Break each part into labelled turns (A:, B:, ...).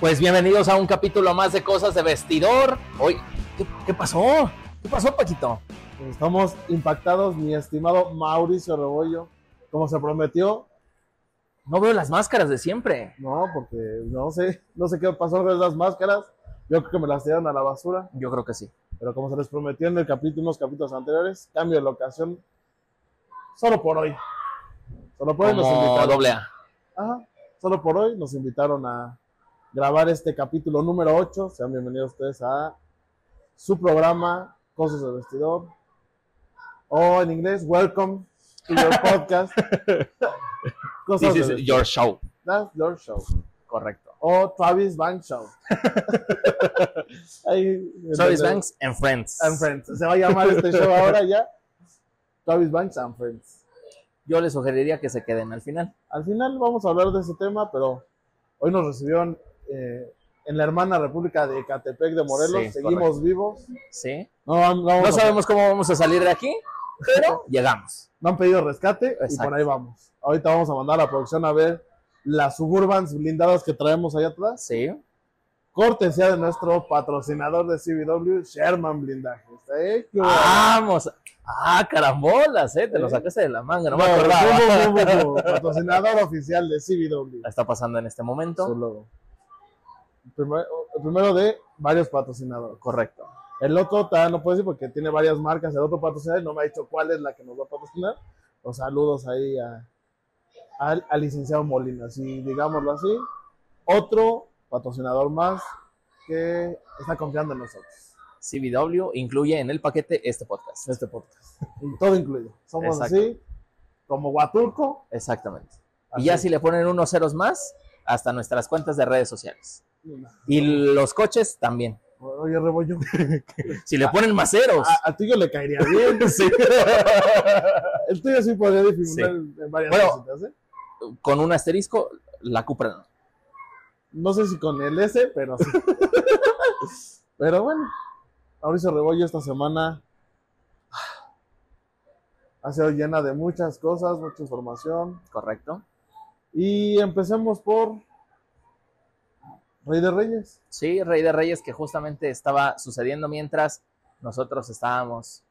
A: Pues bienvenidos a un capítulo más de Cosas de Vestidor. Hoy, ¿qué, qué pasó? ¿Qué pasó, Paquito?
B: Estamos impactados, mi estimado Mauricio Rebollo. Como se prometió,
A: No veo las máscaras de siempre.
B: no, porque no sé, no sé qué pasó con las máscaras. Yo creo que me las tiraron a la basura,
A: Yo creo que sí.
B: pero como se les prometió en el capítulo, unos capítulos anteriores, cambio de locación. Solo por hoy. Solo por hoy nos
A: Como
B: invitaron.
A: doble A.
B: Ajá, solo por hoy nos invitaron a grabar este capítulo número 8. Sean bienvenidos ustedes a su programa Cosas de Vestidor. O en inglés, Welcome to your podcast. Cosas
A: This
B: de
A: is your show.
B: Vestidor. That's your show.
A: Correcto.
B: O Travis Banks Show. Ahí,
A: Travis
B: entonces,
A: Banks and Friends.
B: And Friends. Se va a llamar este show ahora ya. Travis Banks and Friends.
A: Yo les sugeriría que se queden al final.
B: Al final vamos a hablar de ese tema, pero hoy nos recibieron eh, en la hermana República de Ecatepec de Morelos.
A: Sí,
B: Seguimos
A: correcto.
B: vivos.
A: ¿Sí?
B: No, han- no vamos
A: No
B: a-
A: sabemos cómo vamos a salir de aquí, pero llegamos.
B: no han pedido rescate y
A: Exacto.
B: por ahí vamos. Ahorita vamos a mandar a la producción a ver las suburbans blindadas que traemos allá atrás.
A: Sí.
B: Cortesía de nuestro patrocinador de CBW, Sherman Blindajes. ¿Eh? ¿Qué hubo?
A: Vamos. Ah, carambolas, ¿eh? Te lo
B: Sí.
A: sacaste de la manga, no,
B: No,
A: me acordaba.
B: bu, bu, bu, bu, bu. Patrocinador oficial de CBW.
A: La está pasando en este momento.
B: Su logo. El primer- el primero de varios patrocinadores.
A: Correcto.
B: El otro todavía no puedo decir porque tiene varias marcas. El otro patrocinador no me ha dicho cuál es la que nos va a patrocinar. Los saludos ahí a, al, al licenciado Molina, si digámoslo así. Otro patrocinador más que está confiando en nosotros,
A: CBW incluye en el paquete este podcast.
B: en este podcast. Y todo incluido. Somos
A: Exacto.
B: así, como Huatulco.
A: Exactamente.
B: así.
A: Y ya si le ponen unos ceros más, hasta nuestras cuentas de redes sociales. Y los coches también.
B: Oye, Rebollo,
A: Si le ponen más ceros.
B: a, a ti yo le caería bien.
A: Sí.
B: El tuyo sí podría difuminar
A: Sí.
B: en- en varias
A: Bueno,
B: cositas, ¿eh?
A: Con un asterisco, la Cupra no.
B: No sé si con el S, pero sí. pero bueno, Mauricio Rebollo esta semana ha sido llena de muchas cosas, mucha información.
A: Correcto.
B: Y empecemos por Rey de Reyes.
A: Sí, Rey de Reyes, que justamente estaba sucediendo mientras nosotros estábamos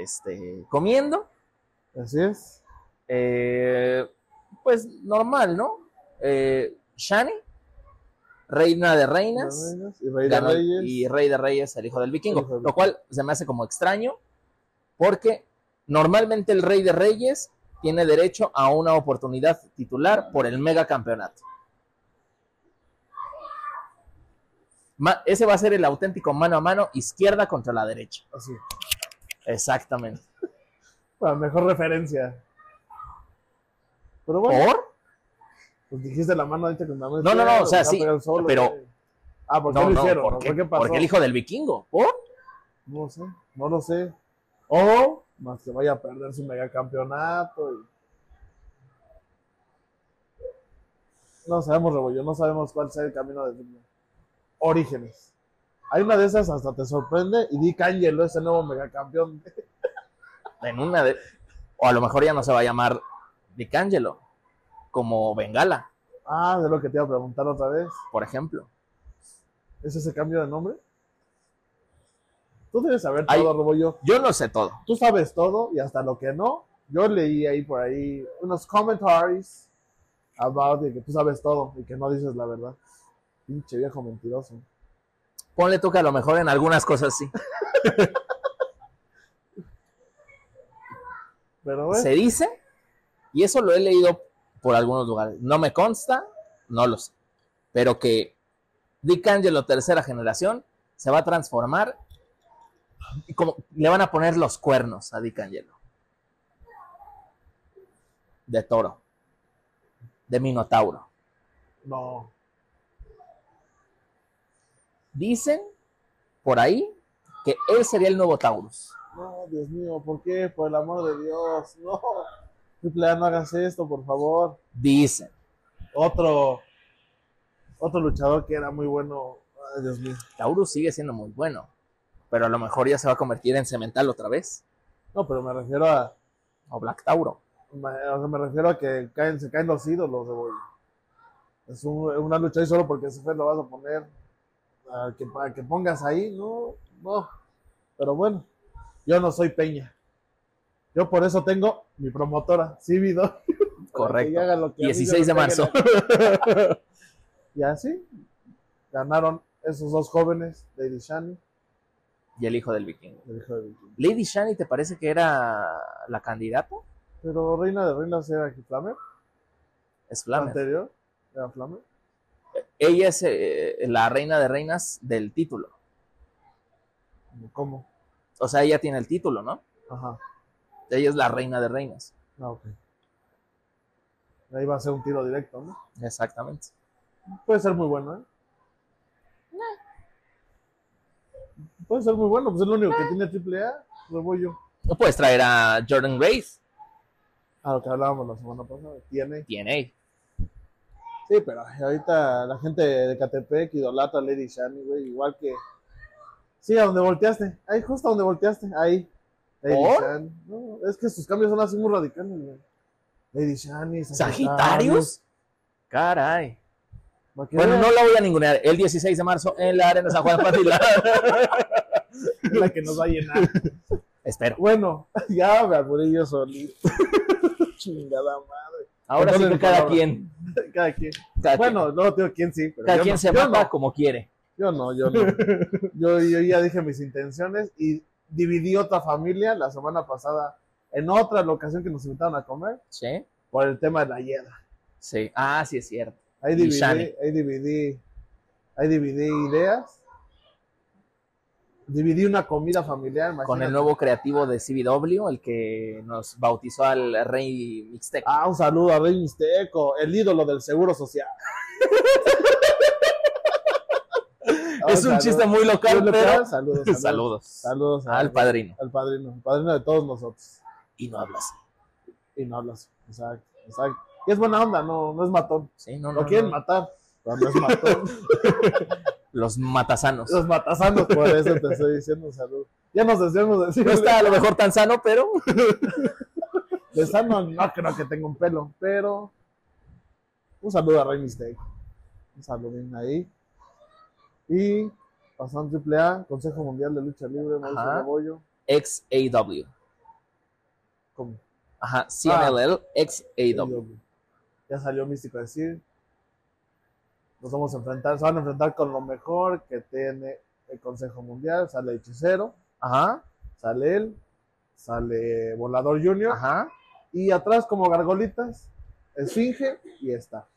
A: este, comiendo.
B: Así es.
A: Eh, pues normal, ¿no? Eh, Shani, reina de reinas.
B: Y Rey de
A: ganó el-
B: Reyes.
A: y Rey de Reyes, el hijo del vikingo,
B: El hijo del
A: lo cual se me hace como extraño, porque normalmente el Rey de Reyes tiene derecho a una oportunidad titular por el mega campeonato. Ma- ese va a ser el auténtico mano a mano, izquierda contra la derecha.
B: Así.
A: Exactamente.
B: Bueno, mejor referencia. Pero bueno,
A: ¿Por?
B: pues dijiste la mano ahorita con la mano.
A: No, no, no,
B: izquierda,
A: o sea,
B: me va a
A: sí,
B: pegar "Ah, solo,
A: pero-
B: güey. Ah, ¿por qué
A: No,
B: lo
A: no,
B: hicieron?
A: ¿por qué?
B: pasó?
A: Porque el hijo del vikingo. ¿Por?
B: No sé, no lo sé. O más que vaya a perder su megacampeonato. Y... No sabemos, Rebollo, no sabemos cuál sea el camino de Disney. Orígenes. Hay una de esas hasta te sorprende y Dick Angelo es el nuevo megacampeón.
A: En una de... O a lo mejor ya no se va a llamar Dicangelo, como Bengala,
B: Ah, de lo que te iba a preguntar otra vez.
A: por ejemplo.
B: ¿Es ese cambio de nombre? Tú debes saber
A: Hay-
B: todo, Rebollo.
A: Yo no sé todo.
B: Tú sabes todo y hasta lo que no. Yo leí ahí por ahí unos comentarios about de que tú sabes todo y que no dices la verdad. Pinche viejo mentiroso.
A: Ponle tú que a lo mejor en algunas cosas sí.
B: Pero bueno,
A: Se dice, y eso lo he leído por algunos lugares. No me consta, no lo sé. Pero que Dick Angelo, tercera generación, se va a transformar. Y como le van a poner los cuernos a Dick Angelo. De toro. De Minotauro.
B: no.
A: Dicen por ahí que él sería el nuevo Taurus.
B: No, Dios mío, ¿por qué? Por el amor de Dios, no. Triple A, no hagas esto, por favor.
A: Dicen.
B: Otro, otro luchador que era muy bueno. Ay, Dios mío.
A: Taurus sigue siendo muy bueno, pero a lo mejor ya se va a convertir en Cemental otra vez,
B: No, pero me refiero a,
A: o Black Tauro.
B: me, o sea, me refiero a que caen, se caen los ídolos de Boy. Es un- una lucha ahí solo porque ese fe lo vas a poner al que, para que pongas ahí, no, no. Pero bueno, yo no soy Peña. Yo por eso tengo mi promotora, Cibido. para que
A: Correcto.
B: haga lo que a mí se
A: 16 de
B: me
A: marzo.
B: pegue la- y así ganaron esos dos jóvenes, Lady Shani
A: Y el hijo del vikingo.
B: y el hijo de Viking.
A: ¿Lady Shani te parece que era la candidata?
B: Pero Reina de Reinas era aquí Flamer,
A: Es
B: la
A: Flamer.
B: anterior era Flamer.
A: Ella es eh, la reina de reinas del título.
B: ¿Cómo?
A: O sea, ella tiene el título, ¿no?
B: Ajá,
A: Ella es la reina de reinas.
B: ah, ok. Ahí va a ser un tiro directo, ¿no?
A: Exactamente.
B: Puede ser muy bueno, ¿eh? Puede ser muy bueno, pues es lo único que tiene triple A, Rebollo.
A: No puedes traer a Jordan Grace.
B: A lo que hablábamos la semana pasada, tiene.
A: Tiene.
B: Sí, pero ahorita la gente de Catepec idolatra a Lady Shani, güey, igual que. Sí, a donde volteaste, ahí, justo a donde volteaste, ahí. Lady
A: ¿Por?
B: Shani. No, es que sus cambios son así muy radicales, güey. Lady Shani,
A: ¿Sagitarios? Caray.
B: para que
A: Bueno,
B: vean.
A: no la voy a ningunear. El 16 de marzo en la Arena San Juan Patilá.
B: Es la que nos va a llenar.
A: Espero.
B: Bueno, ya me apuré yo solito. Chingada madre.
A: Ahora sí que
B: Perdonen,
A: cada
B: palabra.
A: quien.
B: Cada quien.
A: cada
B: Bueno, no, tío, ¿quién sí?
A: quien-
B: Pero
A: cada
B: yo
A: quien
B: no,
A: se
B: yo
A: mata
B: no,
A: como quiere.
B: Yo no, yo no. Yo, yo ya dije mis intenciones y dividí otra familia la semana pasada en otra locación que nos invitaron a comer
A: Sí.
B: por el tema de la hiedra.
A: Sí. Ah, sí, es cierto.
B: Ahí
A: Y
B: dividí,
A: Shani.
B: ahí dividí, ahí dividí ideas. Dividí una comida familiar.
A: Con
B: imagínate.
A: el nuevo creativo de CBW, el que nos bautizó al rey Mixteco.
B: Ah, un saludo a Rey Mixteco, el ídolo del Seguro Social.
A: es un
B: Ah, Saludos.
A: chiste muy local,
B: Muy local,
A: pero.
B: Saludos, saludos.
A: Ah, Saludos.
B: Saludos a-
A: Al padrino.
B: al padrino, el padrino de todos nosotros.
A: Y no hablas.
B: Y no hablas. Exacto, exacto. Y es buena onda, no, no es matón.
A: Sí, no, no,
B: Lo quieren
A: no.
B: matar, pero no es matón.
A: Los matasanos.
B: Los matasanos, por eso te estoy diciendo salud. Ya nos desviamos de
A: No está a lo mejor tan sano, pero.
B: De sano, no creo que tenga un pelo, pero un saludo a Rey Mistake. Un saludín ahí. Y pasando triple A, Consejo Mundial de Lucha Libre, Mauricio
A: Ajá.
B: Rebollo.
A: Ex AW.
B: ¿Cómo?
A: Ajá. CMLL, ex AW.
B: Ya salió Místico a decir. Nos vamos a enfrentar, se van a enfrentar con lo mejor que tiene el Consejo Mundial. Sale Hechicero,
A: Ajá.
B: sale él, sale Volador Junior.
A: Ajá.
B: Y atrás como gargolitas, Esfinge y está.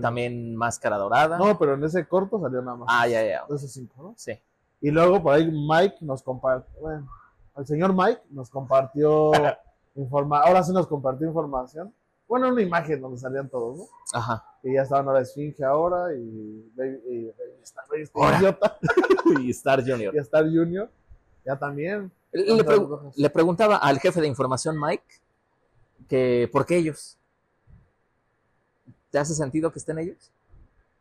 A: También máscara dorada.
B: No, pero en ese corto salió nada más.
A: Ah, ya, ya.
B: de esos cinco, ¿no?
A: Sí.
B: Y luego por ahí Mike nos compartió, bueno, el señor Mike nos compartió información, ahora sí nos compartió información. Bueno, una imagen donde salían todos, ¿no?
A: Ajá.
B: Y ya estaban ahora Esfinge ahora y Baby, y Baby Star, Baby Star
A: Ahora.
B: idiota,
A: Y Star Junior.
B: y Star Junior, ya también.
A: Le, pregu-
B: Rojas.
A: le preguntaba al jefe de información, Mike, que por qué ellos. ¿Te hace sentido que estén ellos?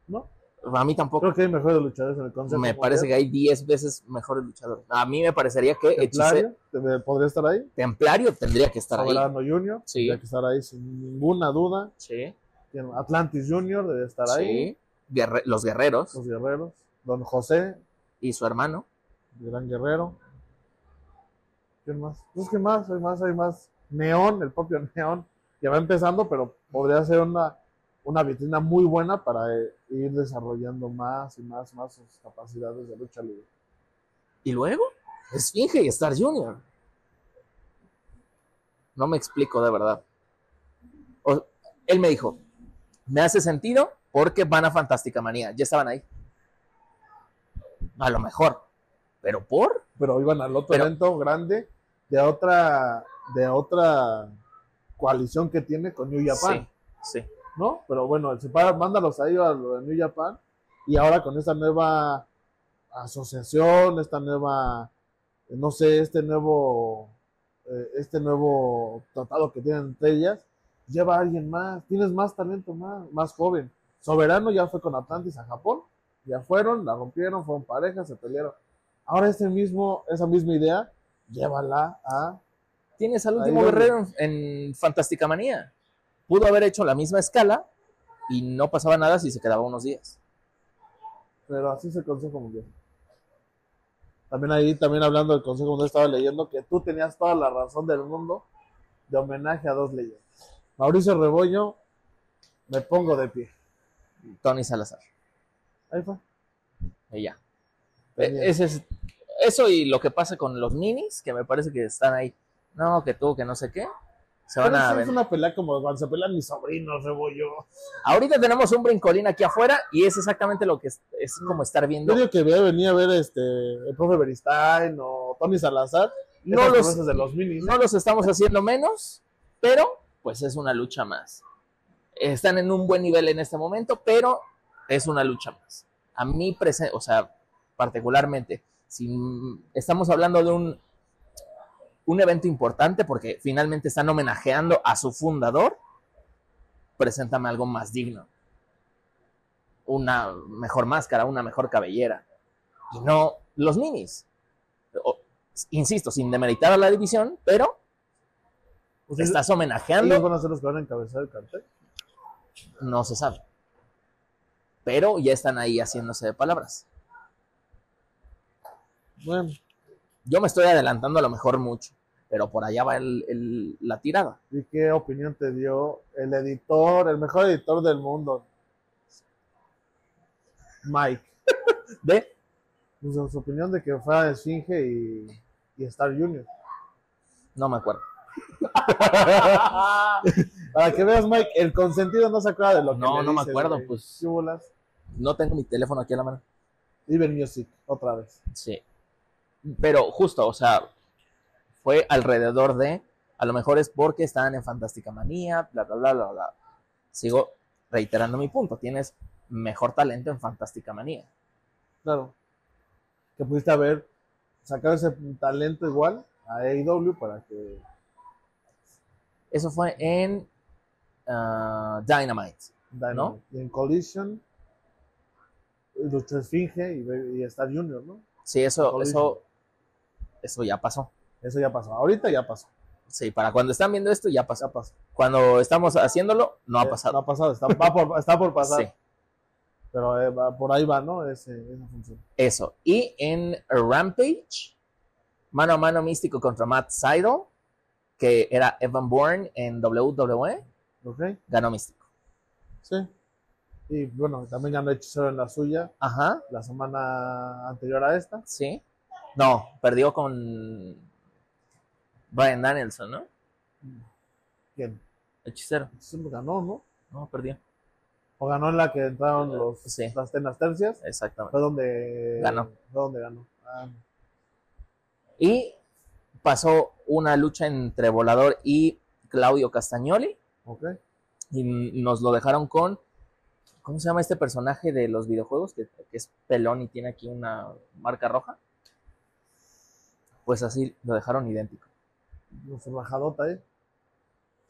B: No.
A: A mí tampoco.
B: Creo que hay mejores luchadores en el consejo.
A: me parece que hay 10 veces mejores luchadores. A mí me parecería que Hechicero
B: Templario, te- podría estar ahí.
A: Templario tendría que estar ahí.
B: Soberano Junior,
A: Sí.
B: tendría que estar ahí sin ninguna duda.
A: Sí.
B: Atlantis Junior debe estar ahí.
A: Sí. Guerre- los guerreros
B: Los guerreros. Don José,
A: y su hermano.
B: el Gran Guerrero. ¿Quién más? Pues que más, hay más, hay más. Neón, el propio Neón. Ya va empezando, pero podría ser una, una vitrina muy buena para eh, ir desarrollando más y más, más sus capacidades de lucha libre.
A: Y luego, Esfinge y Star Junior. No me explico de verdad. O- él me dijo, me hace sentido porque van a Fantástica Manía. Ya estaban ahí. A lo mejor. Pero por.
B: Pero iban al otro
A: Pero-
B: evento grande de otra, de otra coalición que tiene con New Japan.
A: Sí, sí.
B: ¿no? Pero bueno, el separa, mándalos ahí a lo de New Japan. Y ahora con esta nueva asociación, esta nueva, no sé, este nuevo, eh, este nuevo tratado que tienen entre ellas, lleva a alguien más, tienes más talento más, más joven. Soberano ya fue con Atlantis a Japón, ya fueron, la rompieron, fueron parejas, se pelearon. Ahora este mismo, esa misma idea, llévala a
A: Tienes al
B: Ahí
A: último
B: donde-
A: guerrero en, en Fantástica Manía. Pudo haber hecho la misma escala y no pasaba nada si se quedaba unos días.
B: Pero así es el Consejo Mundial. También ahí, también hablando del Consejo Mundial, estaba leyendo que tú tenías toda la razón del mundo de homenaje a dos leyendas. Mauricio Rebollo, me pongo de pie.
A: Tony Salazar.
B: Ahí fue.
A: Y ya.
B: Bien.
A: E- ese es- eso y lo que pasa con los ninis, que me parece que están ahí. No, que tú, que no sé qué. Se van
B: Pero
A: a
B: sí es
A: vender.
B: una pelea como cuando se pelean mis sobrinos, Rebollo.
A: Ahorita tenemos un brincolín aquí afuera y es exactamente lo que es, es como estar viendo.
B: Yo digo que ve- venía a ver este, el profe Beristain o Tony Salazar.
A: No
B: Esas
A: los,
B: promesas de los minis.
A: no los estamos haciendo menos, pero pues es una lucha más. Están en un buen nivel en este momento, pero es una lucha más. A mí, prese- o sea, particularmente, si mm, estamos hablando de un, un evento importante porque finalmente están homenajeando a su fundador, preséntame algo más digno. Una mejor máscara, una mejor cabellera. Y no los minis. O- insisto, sin demeritar a la división, pero
B: Pues es-
A: estás
B: ellos
A: homenajeando,
B: van a ser los que van a encabezar el cartel.
A: no se sabe. Pero ya están ahí haciéndose de palabras.
B: Bueno,
A: Yo me estoy adelantando a lo mejor mucho, pero por allá va el- el- la tirada.
B: ¿y qué opinión te dio el editor, el mejor editor del mundo? Mike.
A: ¿De?
B: Pues, su opinión de que fuera Esfinge y, y Star Junior.
A: No me acuerdo.
B: Para que veas, Mike, el consentido no se acuerda de lo que
A: No,
B: le
A: no me
B: dices,
A: acuerdo,
B: güey.
A: pues
B: Chúbulas.
A: no tengo mi teléfono aquí a la mano.
B: Even Music, otra vez.
A: Sí. Pero justo, o sea, fue alrededor de, a lo mejor es porque estaban en Fantástica Manía, bla, bla, bla, bla, bla. Sigo reiterando mi punto, tienes mejor talento en Fantástica Manía.
B: Claro. Que pudiste haber sacado ese talento igual a AEW para que.
A: Eso fue en ah, Dynamite.
B: ¿No? Y en Collision, Lucho Esfinge y, Be- y Star Junior, ¿no?
A: Sí, eso,
B: Collision.
A: eso, eso ya pasó.
B: Eso ya pasó. Ahorita ya pasó.
A: Sí, para cuando están viendo esto ya pasó.
B: Ya pasó.
A: Cuando estamos haciéndolo, no ha
B: Eh,
A: pasado.
B: No ha pasado. Está, va por, está por pasar.
A: Sí,
B: Pero eh, va- por ahí va, ¿no? Ese, esa función.
A: eso. Y en Rampage, mano a mano místico contra Matt Seidel, que era Evan Bourne en WWE,
B: ¿Ok?
A: ganó místico.
B: Sí. Y bueno, también ganó Hechicero en la suya
A: Ajá,
B: la semana anterior a esta.
A: sí. No, perdió con Brian Danielson, ¿no?
B: ¿Quién?
A: Hechicero.
B: Hechicero ganó, ¿no?
A: No, perdió.
B: O ganó en la que entraron los,
A: Sí.
B: las tenas tercias.
A: Exactamente.
B: Fue donde
A: Ganó.
B: Fue donde ganó. Ah,
A: Y pasó una lucha entre Volador y Claudio Castagnoli.
B: ok.
A: Y n- nos lo dejaron con. ¿Cómo se llama este personaje de los videojuegos? Que, que es pelón y tiene aquí una marca roja. Pues así lo dejaron idéntico.
B: Su rajadota, ¿eh?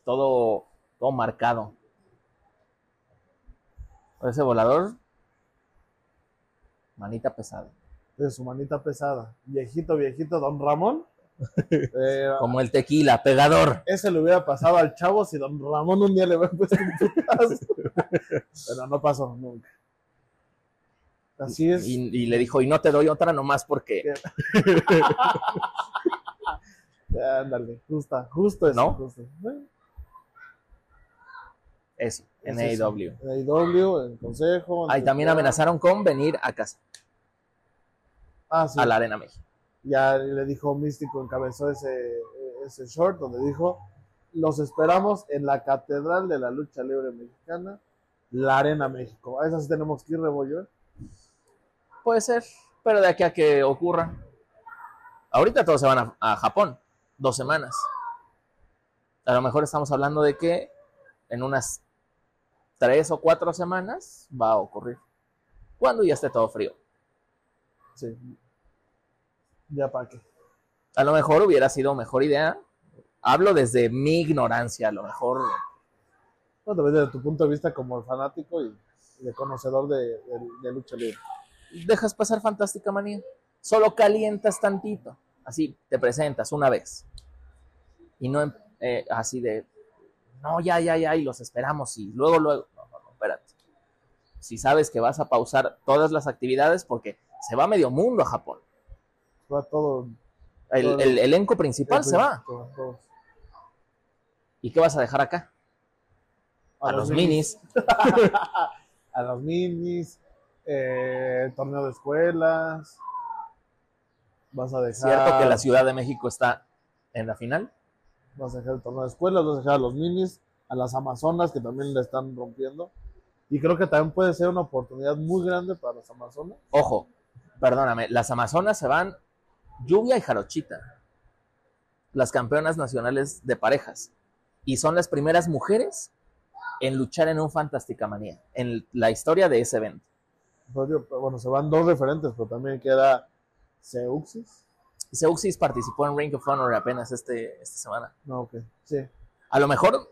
A: Todo, todo marcado. Ese volador. Manita pesada.
B: De su manita pesada. Viejito, viejito, don Ramón. Eh,
A: Como el tequila, pegador.
B: ese le hubiera pasado al chavo si don Ramón un día le hubiera puesto un putazo. Pero no pasó nunca. Así es.
A: Y, y le dijo, y no te doy otra nomás porque.
B: Ándale, justa, justo eso.
A: ¿No?
B: justo. Bueno,
A: Eso, en
B: es eso.
A: AEW.
B: En AEW, en consejo. en
A: Ahí también amenazaron con venir a casa,
B: Ah, sí.
A: a la Arena México.
B: ya le dijo Místico, encabezó ese, ese short donde dijo, los esperamos en la Catedral de la Lucha Libre Mexicana, la Arena México. A esas tenemos que ir, Rebollo.
A: Puede ser, pero de aquí a que ocurra. Ahorita todos se van a, a Japón, dos semanas. A lo mejor estamos hablando de que en unas tres o cuatro semanas va a ocurrir. Cuando ya esté todo frío.
B: Sí. Ya para qué.
A: A lo mejor hubiera sido mejor idea. Hablo desde mi ignorancia, a lo mejor.
B: Bueno, desde tu punto Pues, de vista como fanático y, y de conocedor de, de- de lucha libre.
A: dejas pasar Fantástica Manía. Solo calientas tantito. Así te presentas una vez. Y no em- eh, así de, no, ya, ya, ya, y los esperamos y luego, luego. No, no, no, espérate. si sabes que vas a pausar todas las actividades porque se va medio mundo a Japón.
B: Va todo.
A: El, el elenco principal se va.
B: todo, todo.
A: ¿Y qué vas a dejar acá? A, los minis.
B: A los minis. eh, torneo de escuelas. Vas a dejar.
A: ¿Es cierto que la Ciudad de México está en la final?
B: vas a dejar el torneo de escuelas, vas a dejar a los minis, a las amazonas que también le están rompiendo. Y creo que también puede ser una oportunidad muy grande para las amazonas.
A: Ojo, perdóname, las Amazonas se van Lluvia y Jarochita, las campeonas nacionales de parejas, y son las primeras mujeres en luchar en un Fantástica Manía, en la historia de ese evento.
B: Pero Pues, digo, pero bueno, se van dos referentes, pero también queda Ceuxis.
A: Seuxis participó en Ring of Honor apenas este, esta semana.
B: No, ok. Sí.
A: A lo mejor,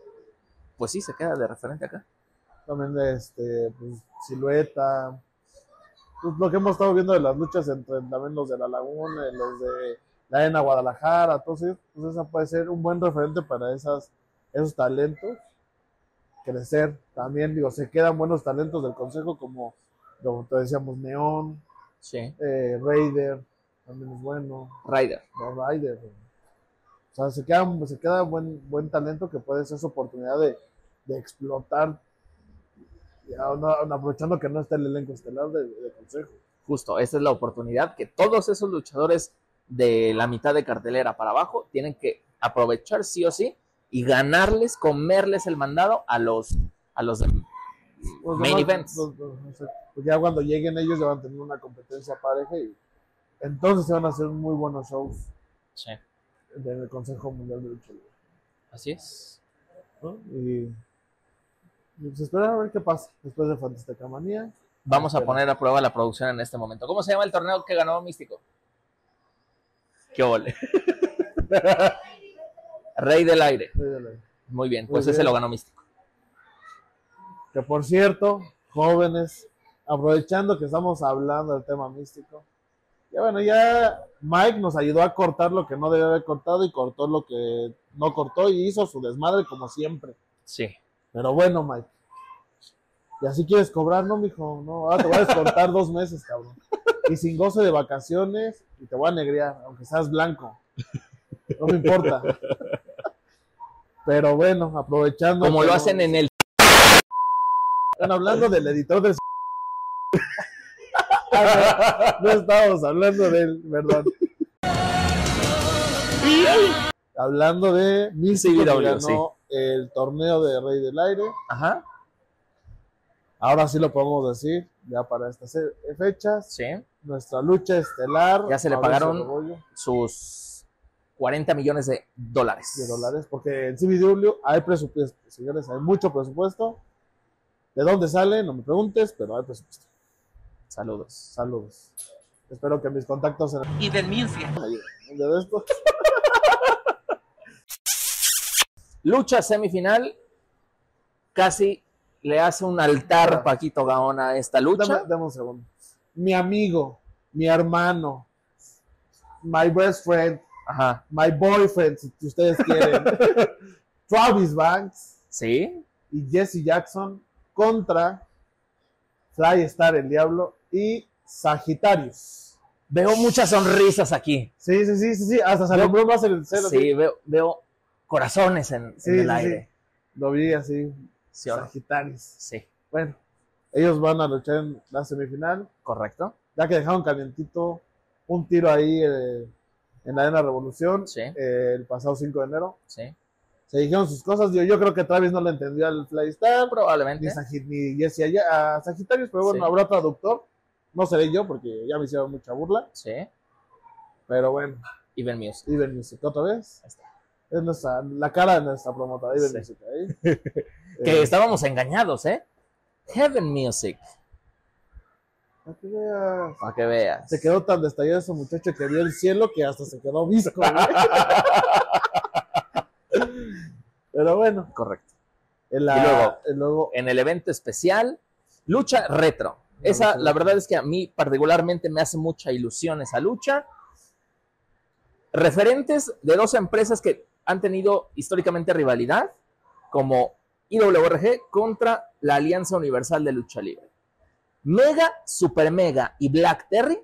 A: pues sí, se queda de referente acá.
B: También de este, pues, silueta. Pues lo que hemos estado viendo de las luchas entre también los de La Laguna y los de la Arena Guadalajara, entonces, pues esa puede ser un buen referente para esas, esos talentos. Crecer también, digo, se quedan buenos talentos del consejo como, como te decíamos, Neón,
A: Sí.
B: eh, Raider, también es bueno.
A: Ryder.
B: No, Ryder. güey. O sea, se queda, se queda buen, buen talento que puede ser su oportunidad de, de explotar. Y aún- aún aprovechando que no está el elenco estelar de, de consejo.
A: Justo, esta es la oportunidad que todos esos luchadores de la mitad de cartelera para abajo tienen que aprovechar sí o sí y ganarles, comerles el mandado a los a los de
B: Los
A: main
B: demás,
A: events.
B: los- los- no sé, pues ya cuando lleguen ellos ya van a tener una competencia pareja y entonces se van a hacer muy buenos shows
A: Sí,
B: del Consejo Mundial de Lucha Libre,
A: así es.
B: ¿no? Y, y pues esperar a ver qué pasa después de Fantástica Manía.
A: Vamos a
B: Pero-
A: poner a prueba la producción en este momento. ¿Cómo se llama el torneo que ganó Místico? Qué ole. Rey del aire. Muy bien,
B: Muy
A: pues ese
B: bien.
A: lo ganó Místico.
B: Que por cierto, jóvenes, aprovechando que estamos hablando del tema místico, ya bueno, ya Mike nos ayudó a cortar lo que no debía haber cortado y cortó lo que no cortó y hizo su desmadre como siempre.
A: Sí.
B: Pero bueno, Mike. Y así quieres cobrar, ¿no, mijo? No, ahora te voy a descontar dos meses, cabrón. Y sin goce de vacaciones y te voy a negrear, aunque seas blanco. No me importa. Pero bueno, aprovechando.
A: Como
B: que
A: lo
B: no-
A: hacen en el
B: están hablando del editor del. Ah, no, no estábamos hablando de él, perdón. hablando de Místico que
A: CBW,
B: ganó
A: sí.
B: el torneo de Rey del Aire.
A: Ajá.
B: Ahora sí lo podemos decir, ya para estas eh, fechas.
A: Sí.
B: Nuestra lucha estelar.
A: Ya se le
B: Mauricio
A: pagaron
B: Rebollo,
A: Sus 40 millones de dólares.
B: de dólares, porque en CBW hay presupuesto, señores, hay mucho presupuesto. ¿De dónde sale? No me preguntes, pero hay presupuesto.
A: Saludos.
B: Saludos. Espero que mis contactos en
C: y denuncia.
B: me ayuden. Un día de estos.
A: Lucha semifinal. Casi le hace un altar Paquito Gaona a esta
B: Dame,
A: lucha.
B: dame un segundo. Mi amigo, mi hermano, my best friend,
A: Ajá.
B: my boyfriend, si ustedes quieren, Travis Banks
A: Sí.
B: y Jesse Jackson contra Fly Star el Diablo y Sagitarius.
A: Veo muchas sonrisas aquí.
B: Sí, sí, sí, sí, sí, hasta salió
A: Yo-
B: bromas en el
A: Sí,
B: cero. Sí.
A: veo, veo corazones en,
B: Sí,
A: en el
B: sí,
A: aire.
B: Lo vi así,
A: Sí. o no?
B: Sagitarius.
A: Sí,
B: Bueno, ellos van a luchar en la semifinal.
A: correcto.
B: ya que dejaron calientito un tiro ahí eh, en la Arena Revolución
A: Sí.
B: eh, el pasado 5 de enero.
A: Sí.
B: Se dijeron sus cosas. Yo, yo creo que Travis no le entendió al Flystar, ni,
A: Probablemente.
B: Sagi- ni Jesse allá, a Sagitarius, pero bueno,
A: Sí.
B: habrá traductor. No seré yo porque ya me hicieron mucha burla,
A: Sí.
B: pero bueno,
A: Even Music.
B: Even Music otra vez.
A: Ahí está.
B: Es nuestra, la cara de nuestra promotora, Even
A: Sí.
B: Music. ahí.
A: Que
B: Eh,
A: estábamos engañados, ¿eh? Heaven Music.
B: para que veas.
A: Para que veas.
B: Se quedó tan destallado ese muchacho que vio el cielo que hasta se quedó visco. güey. Pero bueno,
A: Correcto.
B: En la-
A: Y luego-
B: en luego-
A: En el evento especial, lucha retro. Esa, la verdad es que a mí particularmente me hace mucha ilusión esa lucha. Referentes de dos empresas que han tenido históricamente rivalidad, como IWRG contra la Alianza Universal de Lucha Libre. Mega, Super Mega y Black Terry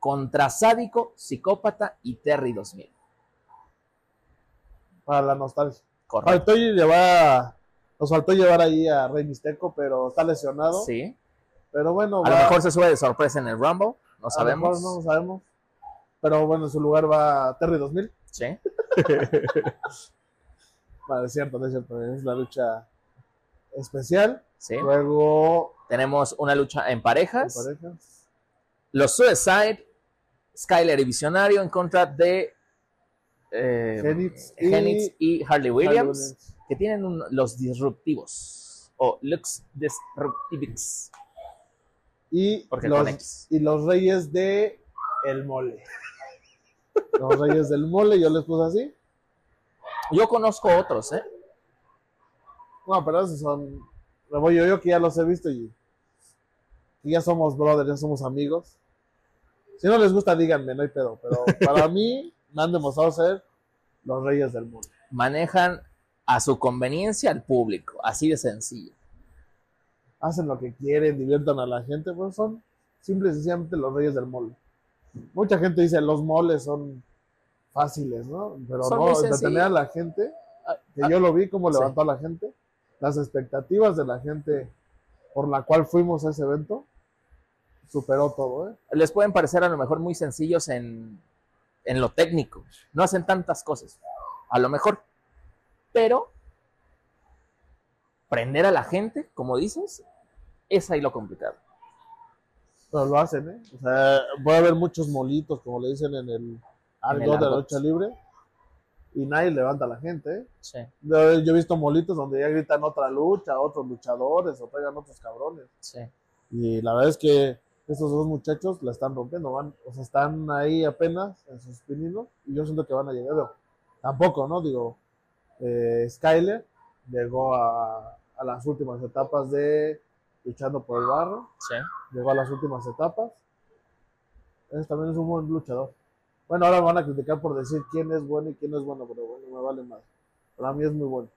A: contra Sádico, Psicópata y Terry 2000.
B: Para la nostalgia.
A: Correcto.
B: Faltó llevar, nos faltó llevar ahí a Rey Misteco, pero está lesionado.
A: Sí.
B: Pero bueno,
A: A
B: va-
A: lo mejor se sube de sorpresa en el Rumble. No
B: a lo mejor
A: sabemos.
B: no sabemos. Pero bueno, en su lugar va Terry 2000.
A: Sí.
B: Vale, es cierto, no es cierto. Es la lucha especial.
A: Sí.
B: Luego,
A: Tenemos una lucha en parejas.
B: en parejas.
A: Los Suicide, Skyler y Visionario en contra de eh,
B: Genix y-
A: Genix y, Harley Williams,
B: Harley Williams.
A: que tienen un- los disruptivos o Lux Disruptivics.
B: Y
A: Porque
B: los,
A: con X.
B: y los reyes de El Mole. Los reyes del mole, yo les puse así.
A: Yo conozco otros, ¿eh?
B: No, pero esos son. Me voy yo, yo que ya los he visto y, y ya somos brothers, ya somos amigos. Si no les gusta, díganme, no hay pedo. Pero para mí, me han demostrado ser los reyes del mundo.
A: Manejan a su conveniencia al público, así de sencillo.
B: Hacen lo que quieren, diviertan a la gente, pues son simple y sencillamente los reyes del mole. Mucha gente dice los moles son fáciles, ¿no? Pero
A: Son
B: no,
A: muy
B: entretener a la gente, ah, que yo lo vi cómo
A: sí.
B: levantó a la gente, las expectativas de la gente por la cual fuimos a ese evento, superó todo, ¿eh?
A: Les pueden parecer a lo mejor muy sencillos en, en lo técnico. No hacen tantas cosas, a lo mejor. Pero prender a la gente, como dices, es ahí lo complicado.
B: Pero lo hacen, ¿eh? O sea, puede haber muchos molitos, como le dicen en el
A: el
B: argot de la
A: argot.
B: lucha libre, y nadie levanta a la gente, ¿eh?
A: Sí.
B: Yo, yo he visto molitos donde ya gritan otra lucha, otros luchadores, o pegan otros cabrones.
A: Sí.
B: Y la verdad es que estos dos muchachos la están rompiendo, van, o sea, están ahí apenas en sus pininos, y yo siento que van a llegar. digo, tampoco, ¿no? Digo, eh, Skyler llegó a, a las últimas etapas de luchando por el barro
A: Sí.
B: llegó a las últimas etapas. Ese también es un buen luchador. Bueno, ahora me van a criticar por decir quién es bueno y quién no es bueno, pero bueno, me vale más. Para mí es muy bueno.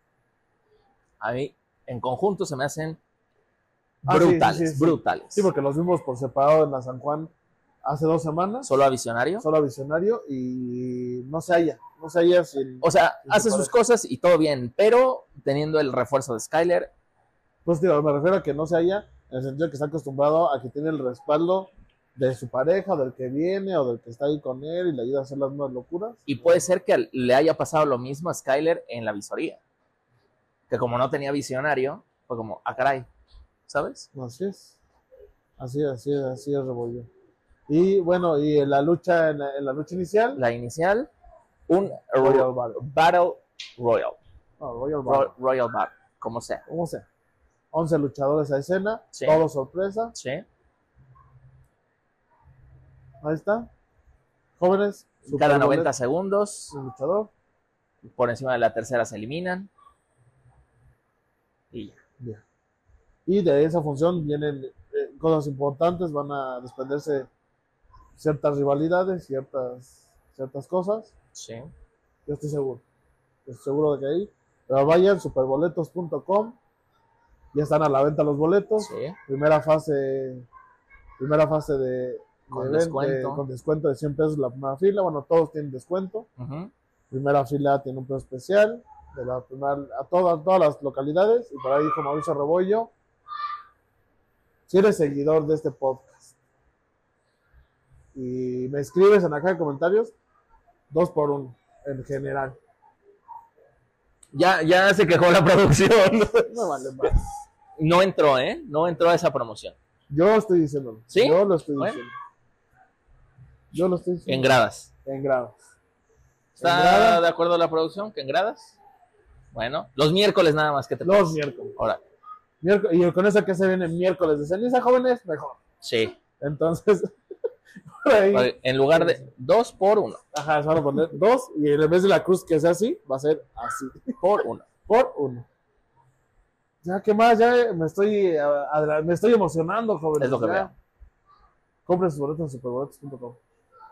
A: A mí, en conjunto, se me hacen
B: Ah, sí, sí,
A: brutales,
B: sí, sí.
A: brutales.
B: Sí, porque los vimos por separado en la San Juan hace dos semanas,
A: Solo a Visionario.
B: solo a Visionario, y no se halla, no se halla sin...
A: O sea,
B: Sí,
A: hace
B: se
A: sus
B: parece.
A: cosas y todo bien, pero teniendo el refuerzo de Skyler,
B: Pues digo, me refiero a que no se halla en el sentido que está acostumbrado a que tiene el respaldo de su pareja, o del que viene, o del que está ahí con él y le ayuda a hacer las nuevas locuras.
A: y puede ser que al- le haya pasado lo mismo a Skyler en la visoría. Que como no tenía visionario, fue como, ah, caray, ¿sabes?
B: Así es. Así es, así es, así es, Rebollo. Y bueno, y en la lucha, en la, en la lucha inicial,
A: La inicial, un Royal
B: Royal Battle.
A: Battle Royal,
B: No,
A: Ro-
B: Royal Battle.
A: Royal Battle, como sea.
B: ¿Cómo sea? 11 luchadores a escena,
A: Sí.
B: todo sorpresa.
A: Sí,
B: Ahí está. Jóvenes,
A: cada
B: super
A: 90
B: boletos,
A: segundos,
B: un luchador.
A: por encima de la tercera se eliminan. Y ya.
B: Y de esa función vienen eh, cosas importantes, van a desprenderse ciertas rivalidades, ciertas, ciertas cosas.
A: Sí.
B: Yo estoy seguro. Yo estoy seguro de que ahí. Pero vayan, superboletos.com. Ya están a la venta los boletos.
A: Sí.
B: Primera fase. Primera fase de.
A: Con
B: de ven-
A: descuento.
B: de- con descuento de 100 pesos la primera fila. Bueno, todos tienen descuento.
A: Ujú.
B: Primera fila tiene un precio especial. De la primera, a todas, todas las localidades. Y por ahí dijo Mauricio Rebollo. Si eres seguidor de este podcast y me escribes en la caja de comentarios, dos por uno, en general.
A: Ya, ya se quejó la producción.
B: No vale más.
A: No entró, ¿eh? No entró a esa promoción.
B: Yo estoy diciéndolo.
A: ¿Sí?
B: Yo lo estoy
A: Bueno.
B: diciendo. Yo lo estoy
A: En
B: diciendo.
A: gradas.
B: En, grados.
A: ¿Está
B: En gradas.
A: de acuerdo a la producción? ¿Que en gradas? Bueno, los miércoles nada más que te
B: Los miércoles.
A: Ahora,
B: Miércoles- Y con eso que se viene miércoles de ceniza, jóvenes, mejor.
A: sí.
B: Entonces, por ahí.
A: En lugar de dos por uno.
B: Ajá, se van a poner dos. Y en vez de la cruz que sea así, va a ser así.
A: Por uno.
B: Por uno. Ya, ¿qué más? Ya me estoy, eh, adra- me estoy emocionando, jóvenes.
A: Es lo que
B: ya.
A: veo.
B: Compren sus boletos en superboletos.com.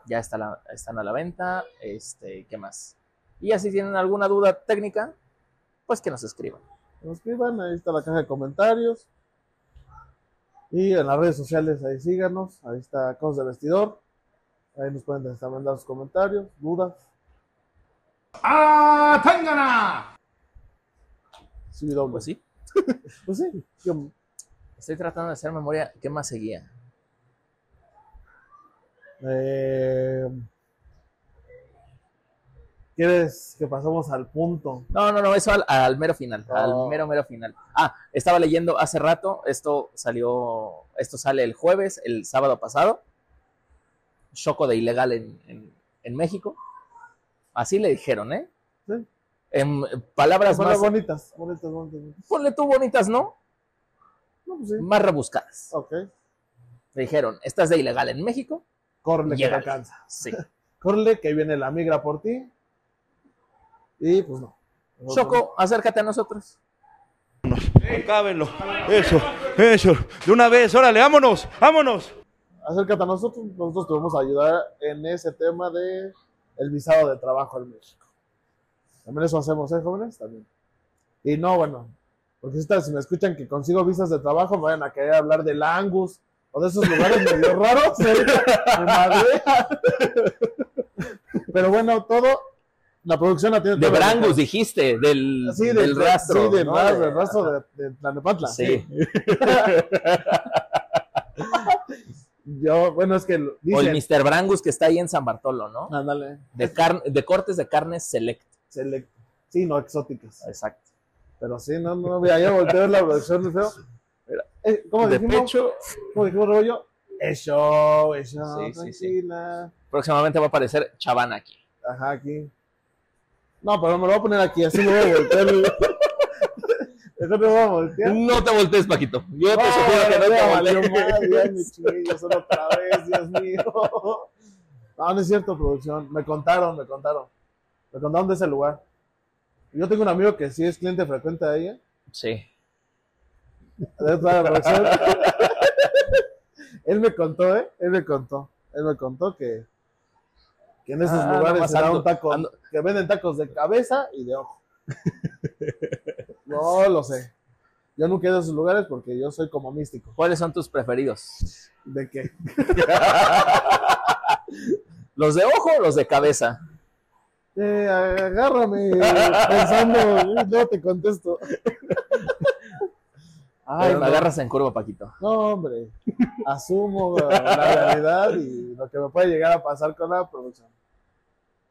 A: Ya está la- están a la venta. Este, ¿qué más? Y así tienen alguna duda técnica, pues que nos escriban.
B: Nos escriban, ahí está la caja de comentarios. Y en las redes sociales, ahí síganos. Ahí está Cosas de Vestidor. Ahí nos pueden hasta mandar sus comentarios, dudas.
C: ¡Ah, Tangana!
B: Sí, doble.
A: Pues sí.
B: Pues sí, yo-
A: Estoy tratando de hacer memoria. ¿Qué más seguía?
B: eh, ¿Quieres que pasemos al punto?
A: No, no, no, eso al, al mero final,
B: No.
A: al mero, mero final. Ah, estaba leyendo hace rato, esto salió, esto sale el jueves, el sábado pasado. Choco de ilegal en, en- en México. Así le dijeron, ¿eh?
B: Sí.
A: En eh, palabras
B: Bueno,
A: más,
B: bonitas, bonitas, bonitas. bonitas.
A: ponle tú bonitas, ¿no?
B: No, pues sí.
A: Más rebuscadas.
B: Ok.
A: Le dijeron, ¿estás de ilegal en México?
B: Córrele que te
A: Llégale.
B: alcanza.
A: Sí.
B: Córrele que viene la migra por ti. Y pues no.
A: Choco, acércate a nosotros.
D: Cábenlo. Eso, eso. De una vez, órale, vámonos, vámonos.
B: Acércate a nosotros, nosotros te vamos a ayudar en ese tema de el visado de trabajo en México. También eso hacemos, ¿eh, jóvenes? También. Y no, bueno, porque si, tal, si me escuchan que consigo visas de trabajo, me vayan a querer hablar del Angus o de esos lugares medio raros. ¿eh? ahorita me madrean. Pero bueno, todo, la producción la tiene
A: De
B: todo el-
A: Brangus dijiste, del,
B: Sí,
A: del,
B: del,
A: rastro.
B: Sí, del
A: ¿no?
B: rastro,
A: De-
B: del rastro de, de Tlalnepantla.
A: Sí.
B: Yo, bueno, es que lo-
A: O el
B: dicen,
A: Mr. Brangus que está ahí en San Bartolo, ¿no?
B: ándale,
A: De, car- de cortes de carne select.
B: select- sí, no, exóticas.
A: Exacto.
B: Pero sí, no, no, mira, ya volteé a ver la producción, feo. Mira, eh, ¿Cómo
A: De
B: dijimos?
A: pecho.
B: ¿Cómo dijimos, rollo? Es show, es show,
A: Sí, sí, sí.
B: tranquila.
A: Próximamente va a aparecer Chavana aquí.
B: Ajá, aquí. No, pero me lo voy a poner aquí, así me voy a voltear. Mejor me voy a voltear.
A: No te voltees, Paquito. Yo te
B: No,
A: sugiero que no
B: Ah, ya
A: te
B: valió
A: voltees.
B: madre, ya me chingué yo solo otra vez, Dios mío. No, no es cierto, producción. Me contaron, me contaron. Me contaron de ese lugar. Yo tengo un amigo que sí es cliente frecuente de ella.
A: Sí.
B: de toda la producción. Él me contó, ¿eh? Él me contó. Él me contó que, que en esos
A: Ah,
B: lugares
A: nomás
B: se da
A: ando-
B: un taco,
A: ando-
B: que venden tacos de cabeza y de ojo. No lo sé. Yo nunca he ido a esos lugares porque yo soy como místico.
A: ¿Cuáles son tus preferidos?
B: ¿De qué?
A: ¿Los de ojo o los de cabeza?
B: Eh, agárrame pensando, no te contesto. Ay,
A: Pero me
B: Ah, no.
A: agarras en curva, Paquito.
B: No, hombre, asumo la realidad y lo que me puede llegar a pasar con la producción.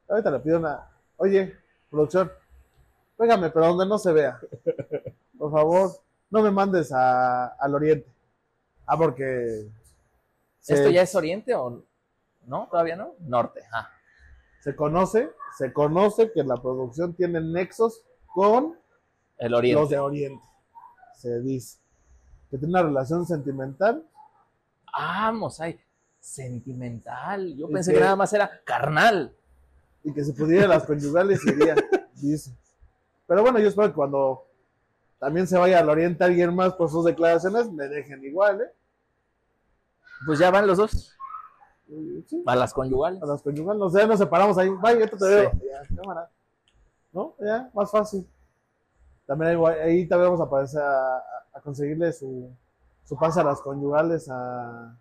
B: Ahorita le pido una. Oye, producción, pégame, pero donde no se vea. Por favor, no me mandes a, al oriente. Ah, porque. se-
A: ¿Esto ya es oriente o no? ¿Todavía no? Norte. Ah.
B: se conoce, se conoce que la producción tiene nexos con
A: El oriente.
B: los de Oriente. Se dice que tiene una relación sentimental.
A: Ah, mosaico. Sentimental. Yo
B: ¿Y
A: pensé
B: qué?
A: que nada más era carnal.
B: y que si pudiera las conyugales iría, dice. Pero bueno, yo espero que cuando también se vaya al oriente alguien más por sus declaraciones, me dejen igual, ¿eh?
A: Pues ya van los dos
B: ¿eh? Sí,
A: a las conyugales.
B: a las conyugales, o sea, nos separamos ahí, vaya, yo te
A: Sí.
B: veo, ya, cámara. ¿No? Ya, más fácil. También ahí, voy- ahí también vamos a, aparecer a, a conseguirle su, su pase a las conyugales a, a-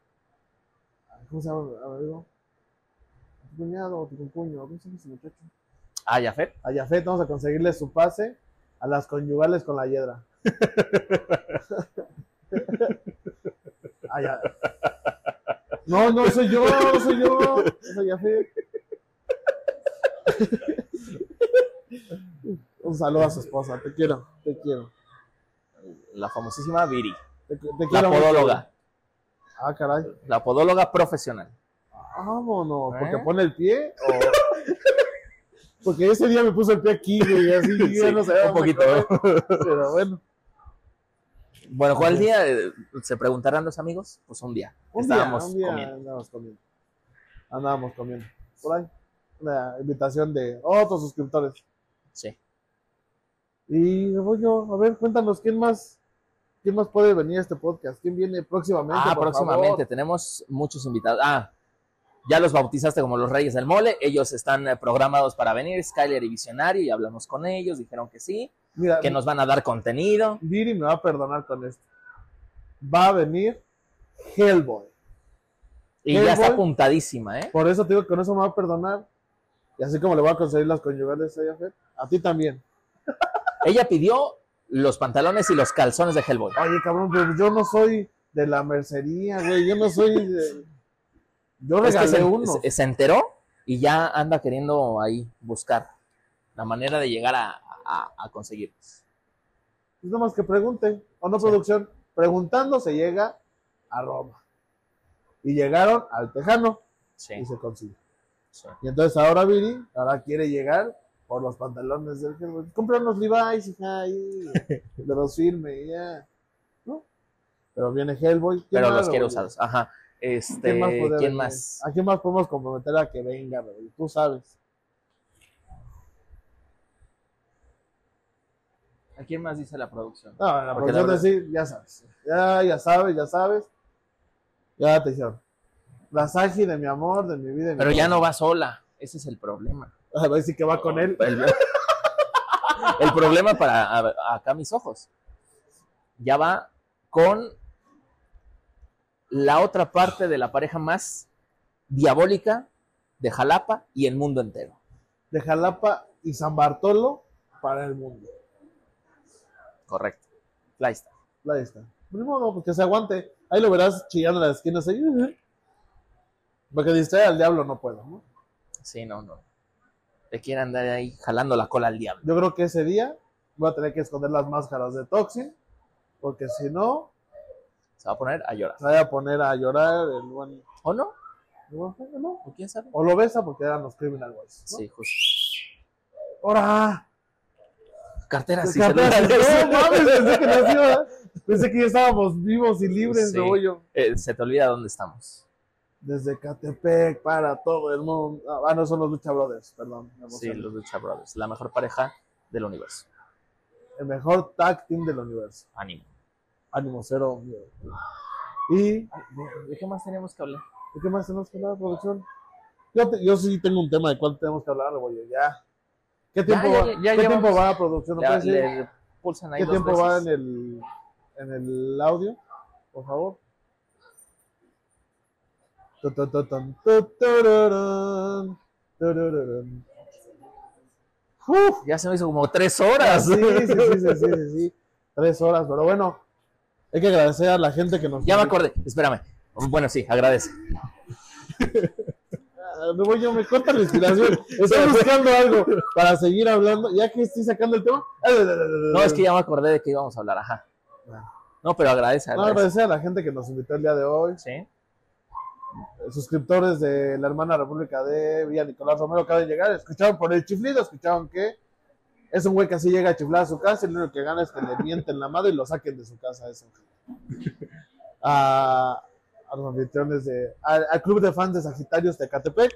B: ¿Cómo se llama, amigo? A tu cuñado o tu cuño, ¿cómo se llama ese muchacho?
A: Ah, Jafet.
B: a Jafet, vamos a conseguirle su pase a las conyugales con la hiedra. Ah, ya. No, no, soy yo, no soy yo, no soy Jafet. Un saludo a su esposa, te quiero, te quiero.
A: La famosísima Viri.
B: Te, cu- te
A: La
B: quiero mucho.
A: podóloga.
B: Ah, caray.
A: La podóloga profesional.
B: Vámonos, porque
A: ¿Eh?
B: pone el pie o... Porque ese día me puso el pie aquí, güey, así, yo ya
A: Sí,
B: no sabía
A: un
B: dónde
A: poquito.
B: correr, Pero bueno.
A: Bueno, ¿cuál día? eh, Se preguntarán los amigos. Pues un día.
B: Un día,
A: Estábamos
B: un día
A: comiendo.
B: Andábamos comiendo. Andábamos comiendo. Por ahí. Una invitación de otros suscriptores.
A: Sí.
B: Y Rebollo, a ver, cuéntanos quién más, quién más puede venir a este podcast, quién viene próximamente.
A: Ah,
B: por
A: próximamente
B: favor?
A: tenemos muchos invitados. Ah, ya los bautizaste como los Reyes del Mole. Ellos están eh, programados para venir. Skyler y Visionario. Y hablamos con ellos. Dijeron que sí.
B: Mira,
A: Que nos van a dar contenido.
B: Diri me va a perdonar con esto. Va a venir Hellboy.
A: Y ya está
B: Hellboy.
A: apuntadísima, ¿eh?
B: Por eso te digo que con eso me va a perdonar. Y así como le voy a conseguir las conyugales a ella, Fer, a ti también.
A: Ella pidió los pantalones y los calzones de Hellboy.
B: Oye, cabrón, pero yo no soy de la mercería, güey. Yo no soy de... Yo
A: Es que
B: regalé
A: se,
B: uno.
A: se- se enteró y ya anda queriendo ahí buscar la manera de llegar a, a- a conseguir.
B: Es nada más que pregunten, o no producción. Preguntando se llega a Roma. Y llegaron al Tejano
A: Sí,
B: y se consiguió.
A: sí.
B: Y entonces ahora Viri, ahora quiere llegar por los pantalones del Hellboy. Compra unos Levi's, hija, ahí. De los firme, y ya. ¿No? Pero viene Hellboy. ¿quién
A: Pero
B: más,
A: los quiere
B: Rebelde?
A: usados. Ajá. Este,
B: ¿Quién más podría
A: ¿Quién
B: venir?
A: más?
B: ¿A quién más podemos comprometer a que venga, Rebelde? Tú sabes.
A: ¿A quién más dice la producción?
B: No, la
A: Porque
B: producción
A: la verdad-
B: decir, ya sabes. Ya, ya sabes, ya sabes. Ya te dijeron. La Saji de mi amor, de mi vida. de mi
A: Pero ya
B: amor.
A: no va sola. Ese es el problema.
B: A ver si que va con él.
A: El, el problema para a- acá mis ojos. Ya va con la otra parte de la pareja más diabólica de Jalapa y el mundo entero.
B: De Jalapa y San Bartolo para el mundo.
A: Correcto. Ahí está.
B: Ahí está. Ni modo, pues que se aguante. Ahí lo verás chillando en las esquinas. ahí, ujú. Porque distraer al diablo no puedo. ¿no?
A: Sí, no, no. Te quiere andar ahí jalando la cola al diablo.
B: Yo creo que ese día voy a tener que esconder las máscaras de Toxin. Porque si no,
A: Se va a poner a llorar.
B: se vaya a poner a llorar el buen.
A: ¿O no?
B: el buen Fer, ¿no?
A: ¿O quién sabe?
B: O lo besa porque eran los Criminal Boys. ¿no?
A: Sí, justo.
B: ¡Hora!
A: Cartera, sí,
B: Porque
A: se lo-
B: apenas- no mames, pensé que nos iba- Pensé que ya estábamos vivos y libres
A: Sí.
B: de hoyo.
A: Eh, se te olvida dónde estamos.
B: Desde Catepec para todo el mundo. Ah, no, son los Lucha Brothers, perdón. me
A: Sí,
B: emocioné.
A: los Lucha Brothers, la mejor pareja del universo.
B: El mejor tag team del universo.
A: Ánimo.
B: Ánimo cero. miedo. ¿Y
A: ¿De qué más teníamos que hablar?
B: ¿y qué más tenemos que hablar, producción? Yo, te- yo sí tengo un tema de cuál tenemos que hablar, güey. Ya. ¿Qué tiempo,
A: ya,
B: va-
A: ya, ya
B: ¿qué tiempo
A: llevamos-
B: va la producción? ¿No
A: Le,
B: puedes decir
A: le pulsan ahí
B: ¿Qué
A: dos
B: tiempo va en
A: veces.
B: el, en el audio? Por favor. Tu, tu, tu, tun, tu, tururun, tururun. ¡Uf!
A: Ya se me hizo como tres horas.
B: Sí, sí, sí, sí, sí, sí, sí. Tres horas, pero bueno, hay que agradecer a la gente que nos.
A: ya me acordé, espérame. Bueno, sí, agradece.
B: Ah, no, güey, yo me corta la inspiración. Estoy buscando algo para seguir hablando. Ya que estoy sacando el tema.
A: No, es que ya me acordé de qué íbamos a hablar, ajá. No, pero agradece,
B: No,
A: agradece.
B: agradecer a la gente que nos invitó el día de hoy.
A: Sí.
B: suscriptores de la hermana República de Villa Nicolás Romero acaban de llegar, escucharon por el chiflido, escucharon que es un güey que así llega a chiflar a su casa y lo único que gana es que le mienten la madre y lo saquen de su casa eso. A, a los anfitriones de al, al club de fans de Sagitarios de Catepec.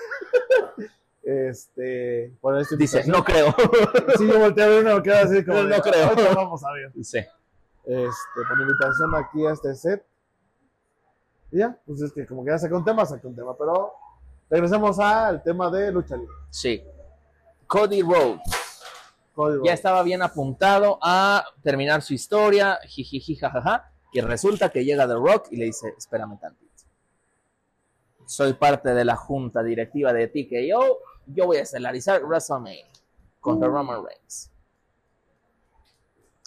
B: este, por eso
A: Dice, no creo.
B: si yo volteé a ver una me queda así como
A: No,
B: de,
A: no creo.
B: "Ahorita vamos a ver
A: Sí.
B: este, por invitación aquí a este set. Y ya, pues es que como que ya sacó un tema, sacó un tema, pero regresemos al tema de lucha libre.
A: Sí. Cody Rhodes.
B: Cody Rhodes.
A: ya estaba bien apuntado a terminar su historia, jijiji, jajaja, y resulta que llega The Rock y le dice, espérame tantito. Soy parte de la junta directiva de TKO, yo voy a estelarizar WrestleMania contra Roman Reigns.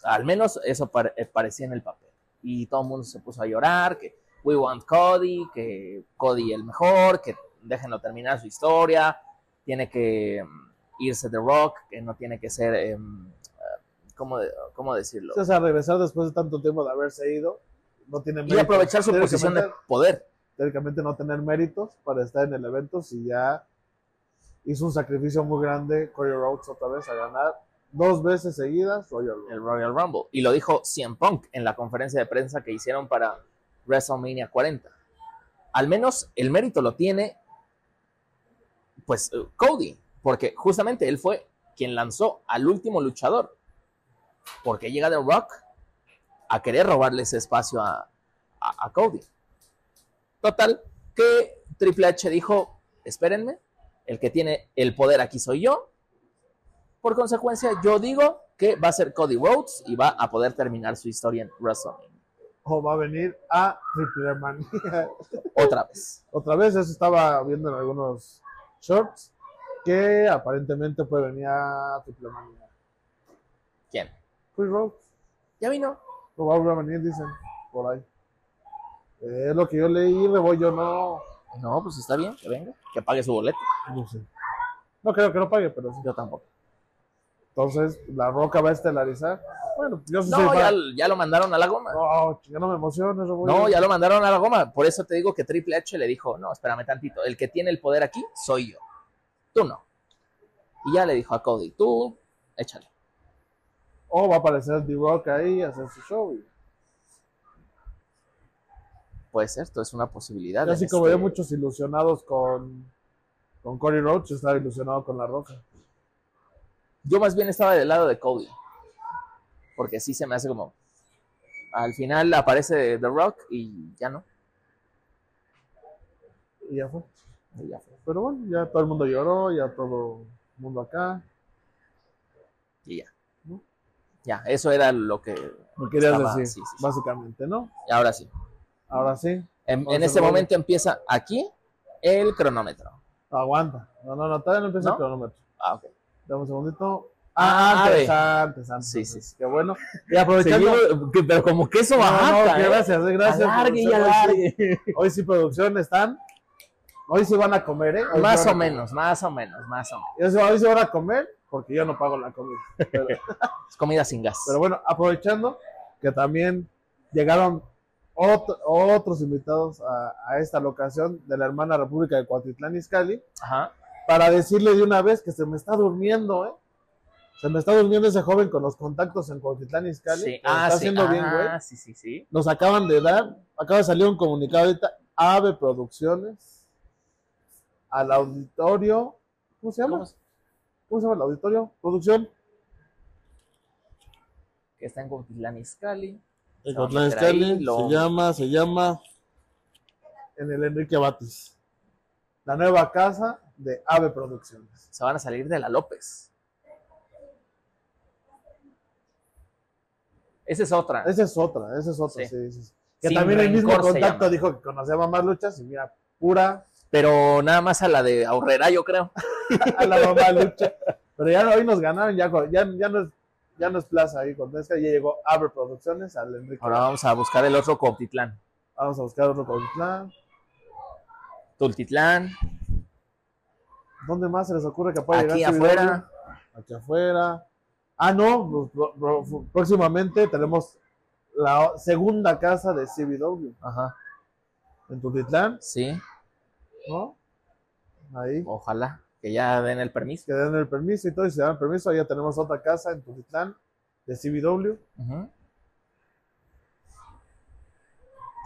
A: Al menos eso pare- eh, parecía en el papel. Y todo el mundo se puso a llorar, que we want Cody, que Cody el mejor, que déjenlo terminar su historia, tiene que mm, irse The Rock, que no tiene que ser, em, eh, ¿cómo, de- cómo decirlo?
B: O sea, regresar después de tanto tiempo de haberse ido, no tiene
A: Y aprovechar su
B: Teóricamente-
A: posición de poder.
B: Teóricamente no tener méritos para estar en el evento si ya hizo un sacrificio muy grande Cody Rhodes otra vez a ganar dos veces seguidas Royal Rumble.
A: el Royal Rumble. Y lo dijo CM Punk en la conferencia de prensa que hicieron para WrestleMania 40. Al menos el mérito lo tiene, pues, eh, Cody, porque justamente él fue quien lanzó al último luchador. Porque llega The Rock a querer robarle ese espacio a, a- a Cody. Total, que Triple H dijo, espérenme, el que tiene el poder aquí soy yo, por consecuencia, yo digo que va a ser Cody Rhodes y va a poder terminar su historia en WrestleMania.
B: o va a venir a Triple Manía.
A: Otra vez.
B: Otra vez, eso estaba viendo en algunos shorts, que aparentemente puede venir a Triple Manía.
A: ¿Quién?
B: Chris Rock,
A: Ya vino.
B: lo va a venir, dicen, por ahí. Eh, es lo que yo leí, le voy yo, no,
A: No, pues está bien, que venga, que pague su boleto.
B: no sé. No creo que no pague, pero sí.
A: Yo tampoco.
B: Entonces, La Roca va a estelarizar. Bueno, yo Pues sí soy
A: No, ya,
B: fan.
A: ya lo mandaron a la goma.
B: No, chinga, no me emociones, Robo.
A: No, ya lo mandaron a la goma. Por eso te digo que Triple H le dijo, no, espérame tantito, el que tiene el poder aquí soy yo. Tú no. Y ya le dijo a Cody, tú, échale.
B: O Oh, va a aparecer The Rock ahí a hacer su show. y-
A: Puede ser, esto es una posibilidad.
B: Ya
A: en
B: así como veo
A: este-
B: muchos ilusionados con, con Cody Rhodes, yo estaba ilusionado con La Roca.
A: Yo más bien estaba del lado de Cody. Porque sí se me hace como... Al final aparece The Rock y ya no.
B: Y ya fue.
A: y ya fue,
B: Pero bueno, ya todo el mundo lloró, ya todo el mundo acá.
A: y ya. Ya, eso era lo que...
B: Lo querías
A: Estaba-
B: decir,
A: sí, sí, sí.
B: básicamente, ¿no?
A: y ahora sí.
B: Ahora sí,
A: En,
B: Vamos
A: en
B: a
A: este
B: ver.
A: momento empieza aquí el cronómetro.
B: aguanta. No, no, no, todavía no empieza
A: ¿No?
B: el cronómetro.
A: Ah, ok.
B: Dame un segundito.
A: Ah,
B: Ah, antes,
A: ve.
B: antes, antes.
A: Sí,
B: antes.
A: sí, sí.
B: Qué bueno. Y aprovechando.
A: Seguido- que- pero como que eso
B: No, no,
A: baja.
B: que gracias, eh, gracias.
A: Alargue y
B: producción. Hoy
A: alargue.
B: sí- Hoy sí, producción, están. Hoy sí van a comer, ¿eh? Hoy sí
A: Más
B: van a
A: o
B: comer.
A: menos, más o menos, más o menos.
B: Hoy sí- hoy sí van a comer porque yo no pago la comida. Pero,
A: Es comida sin gas.
B: Pero bueno, aprovechando que también llegaron ot- otros invitados a, a esta locación de la hermana República de Cuatitlán Izcalli
A: Ajá.
B: para decirle de una vez que se me está durmiendo, ¿eh? Se me está durmiendo ese joven con los contactos en Cuatitlán Izcalli.
A: Sí.
B: Lo
A: Ah,
B: está
A: sí.
B: haciendo bien, güey.
A: Ah, sí, sí, sí.
B: Nos acaban de dar, acaba de salir un comunicado ahorita, AVE Producciones, al auditorio, ¿cómo se llama?
A: ¿Cómo es?
B: ¿Cómo se llama el auditorio? Producción.
A: Que está en Cuautitlán Izcalli.
B: El
A: Vamos
B: Cotlán
A: a meter ahí,
B: Stanley
A: lo-
B: se llama, se llama en el Enrique Batis. La nueva casa de Ave Producciones.
A: Se van a salir de la López. Esa es otra.
B: Esa es otra, esa es otra,
A: Sí.
B: sí, sí, sí. Que
A: Sin
B: también el mismo
A: Rencor se
B: contacto
A: llama.
B: dijo que conocía más luchas y mira, pura
A: Pero nada más a la de Aurrera, yo creo.
B: a la mamá lucha. Pero ya hoy nos ganaron, ya, con- ya, ya no es, ya no es plaza ahí con Tesca, ya llegó Ave Producciones al Enrique.
A: Ahora vamos a buscar el otro Cuautitlán.
B: Vamos a buscar otro Cotlán.
A: Tultitlán,
B: ¿Dónde más se les ocurre que pueda
A: aquí
B: llegar este video?
A: afuera.
B: aquí afuera. Ah, no, pro- pro- próximamente tenemos la o- segunda casa de CBW
A: Ajá.
B: en Tutitlán,
A: Sí,
B: ¿no? Ahí,
A: ojalá que ya den el permiso.
B: que den el permiso y todo, y si dan el permiso, ahí ya tenemos otra casa en Tutitlán de CBW.
A: Ujú.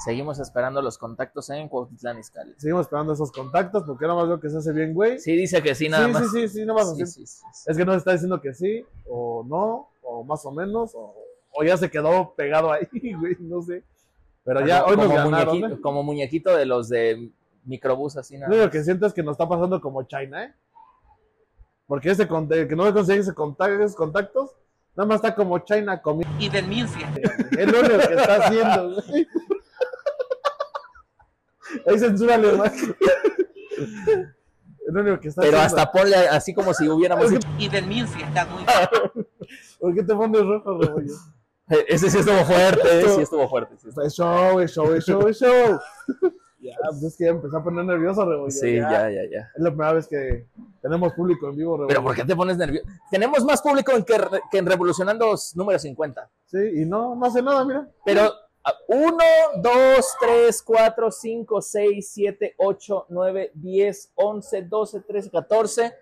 A: Seguimos esperando los contactos en Cuautitlán Izcalli.
B: Seguimos esperando esos contactos, porque nada más veo que se hace bien, güey.
A: Sí, dice que sí, nada
B: sí,
A: más.
B: sí, sí, sí, nada más
A: Sí,
B: así.
A: sí, sí, sí.
B: Es que nos está diciendo que sí, o no, o más o menos, o, o ya se quedó pegado ahí, güey, no sé. Pero ya, hoy nos
A: como,
B: ganaron, ¿eh?
A: muñequito, como muñequito de los de microbús, así nada.
B: Lo único que siento es que nos está pasando como China, ¿eh? Porque ese con- el que no consigue ese contacto, esos contactos, nada más está como China comiendo.
A: Y del Minsia.
B: Es lo único que está haciendo, güey. Ahí censúrale, más. Es lo único que está
A: Pero
B: haciendo.
A: hasta ponle así como si hubiéramos dicho.
C: y del Minsi está muy
B: ¿Por qué te pones rojo, Rebollo?
A: "Eh, Ese sí estuvo fuerte, eh, sí estuvo fuerte. sí estuvo-
B: Pues Es show, es show, es show, es show. ya, pues es que ya me empezó a poner nervioso, Rebollo.
A: Sí, ya, ya, ya.
B: Es la primera vez que tenemos público en vivo, Rebollo.
A: Pero ¿por qué te pones nervioso? Tenemos más público en que, re- que en Revolucionando número 50.
B: Sí, y no, no hace nada, mira.
A: Pero 1, 2, 3, 4, 5, 6, 7, 8, 9, 10, 11, 12, 13, 14.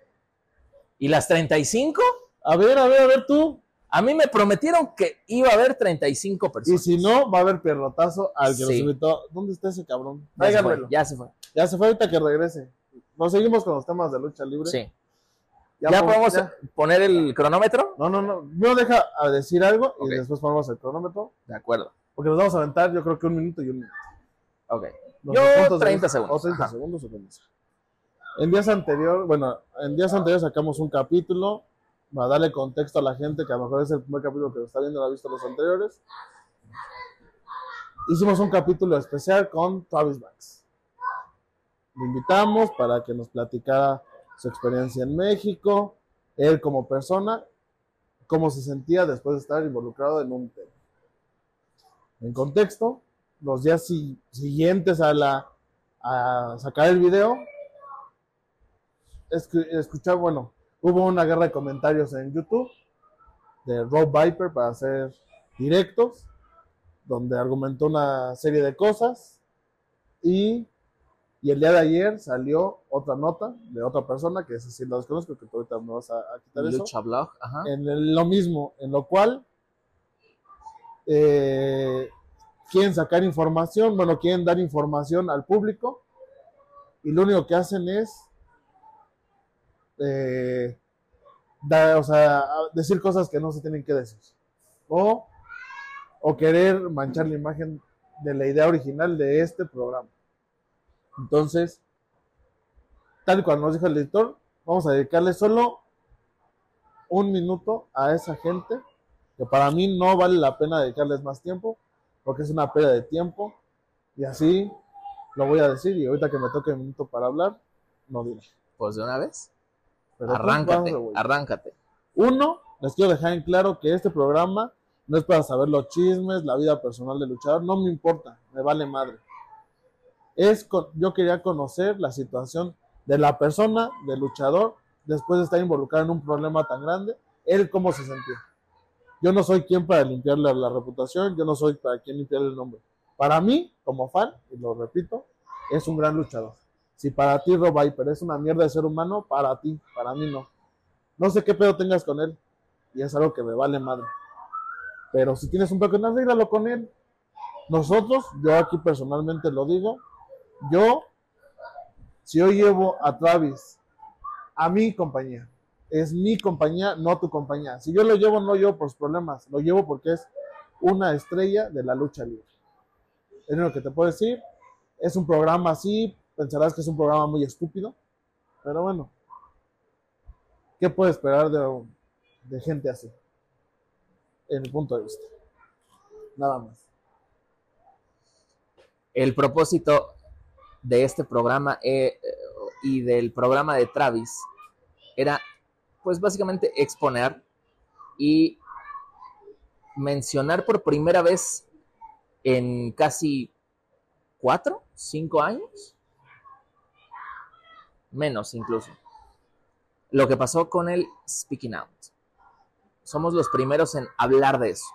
A: ¿Y las 35?
B: A ver, a ver, a ver tú.
A: A mí me prometieron que iba a haber 35
B: Y
A: personas.
B: si no, va a haber pierrotazo al que nos
A: Sí.
B: invitó. ¿Dónde está ese cabrón?
A: Ya se, fue,
B: Tráiganmelo. Ya.
A: ya se fue.
B: se fue ahorita que regrese. Nos seguimos con los temas de lucha libre.
A: Sí.
B: Ya,
A: Ya,
B: pon-
A: podemos
B: ya.
A: poner el cronómetro.
B: No, no, no. No deja a decir algo
A: Ok.
B: y después ponemos el cronómetro.
A: De acuerdo.
B: Porque nos vamos a aventar, yo creo que un minuto y un minuto.
A: Ok.
B: Los
A: Yo,
B: puntos de
A: 30
B: vista.
A: segundos.
B: O 30
A: Ajá.
B: segundos o como sea. En días anteriores, bueno, en días anteriores sacamos un capítulo para darle contexto a la gente que a lo mejor es el primer capítulo que lo está viendo, no ha visto los anteriores. hicimos un capítulo especial con Travis Banks. Lo invitamos para que nos platicara su experiencia en México, él como persona, cómo se sentía después de estar involucrado en un tema. En contexto, los días si- siguientes a, la, a sacar el video, escu- escuchar, bueno, hubo una guerra de comentarios en YouTube de Rob Viper para hacer directos, donde argumentó una serie de cosas y, y el día de ayer salió otra nota de otra persona, que es sí la desconozco, que tú ahorita me vas a, a quitar eso
A: Lucha Blog, ajá.
B: en el- lo mismo, en lo cual eh, quieren sacar información, bueno, quieren dar información al público y lo único que hacen es eh, dar, o sea, a- decir cosas que no se tienen que decir o, o querer manchar la imagen de la idea original de este programa. Entonces, tal cual nos dijo el editor, vamos a dedicarle solo un minuto a esa gente que para mí no vale la pena dedicarles más tiempo porque es una pérdida de tiempo y así lo voy a decir y ahorita que me toque un minuto para hablar no diré
A: Pues de una vez.
B: Pero pues vamos
A: Arráncate,
B: de vuelta.
A: arráncate.
B: uno les quiero dejar en claro que este programa no es para saber los chismes la vida personal del luchador no me importa me vale madre es con- yo quería conocer la situación de la persona del luchador después de estar involucrado en un problema tan grande él cómo se sentía Yo no soy quien para limpiarle la reputación, yo no soy para quien limpiarle el nombre. Para mí, como fan, y lo repito, es un gran luchador. Si para ti Rob Viper es una mierda de ser humano, para ti, para mí no. No sé qué pedo tengas con él, y es algo que me vale madre. Pero si tienes un pedo con él, arréglalo con él. Nosotros, yo aquí personalmente lo digo, yo, si yo llevo a Travis a mi compañía, es mi compañía, no tu compañía. Si yo lo llevo, no llevo por sus problemas, lo llevo porque es una estrella de la lucha libre. Es lo que te puedo decir. Es un programa así, pensarás que es un programa muy estúpido, pero bueno, ¿qué puedes esperar de, de gente así? En mi punto de vista. Nada más.
A: El propósito de este programa eh, eh, y del programa de Travis era, pues básicamente, exponer y mencionar por primera vez en casi cuatro, cinco años, menos incluso, lo que pasó con el Speaking Out. Somos los primeros en hablar de eso,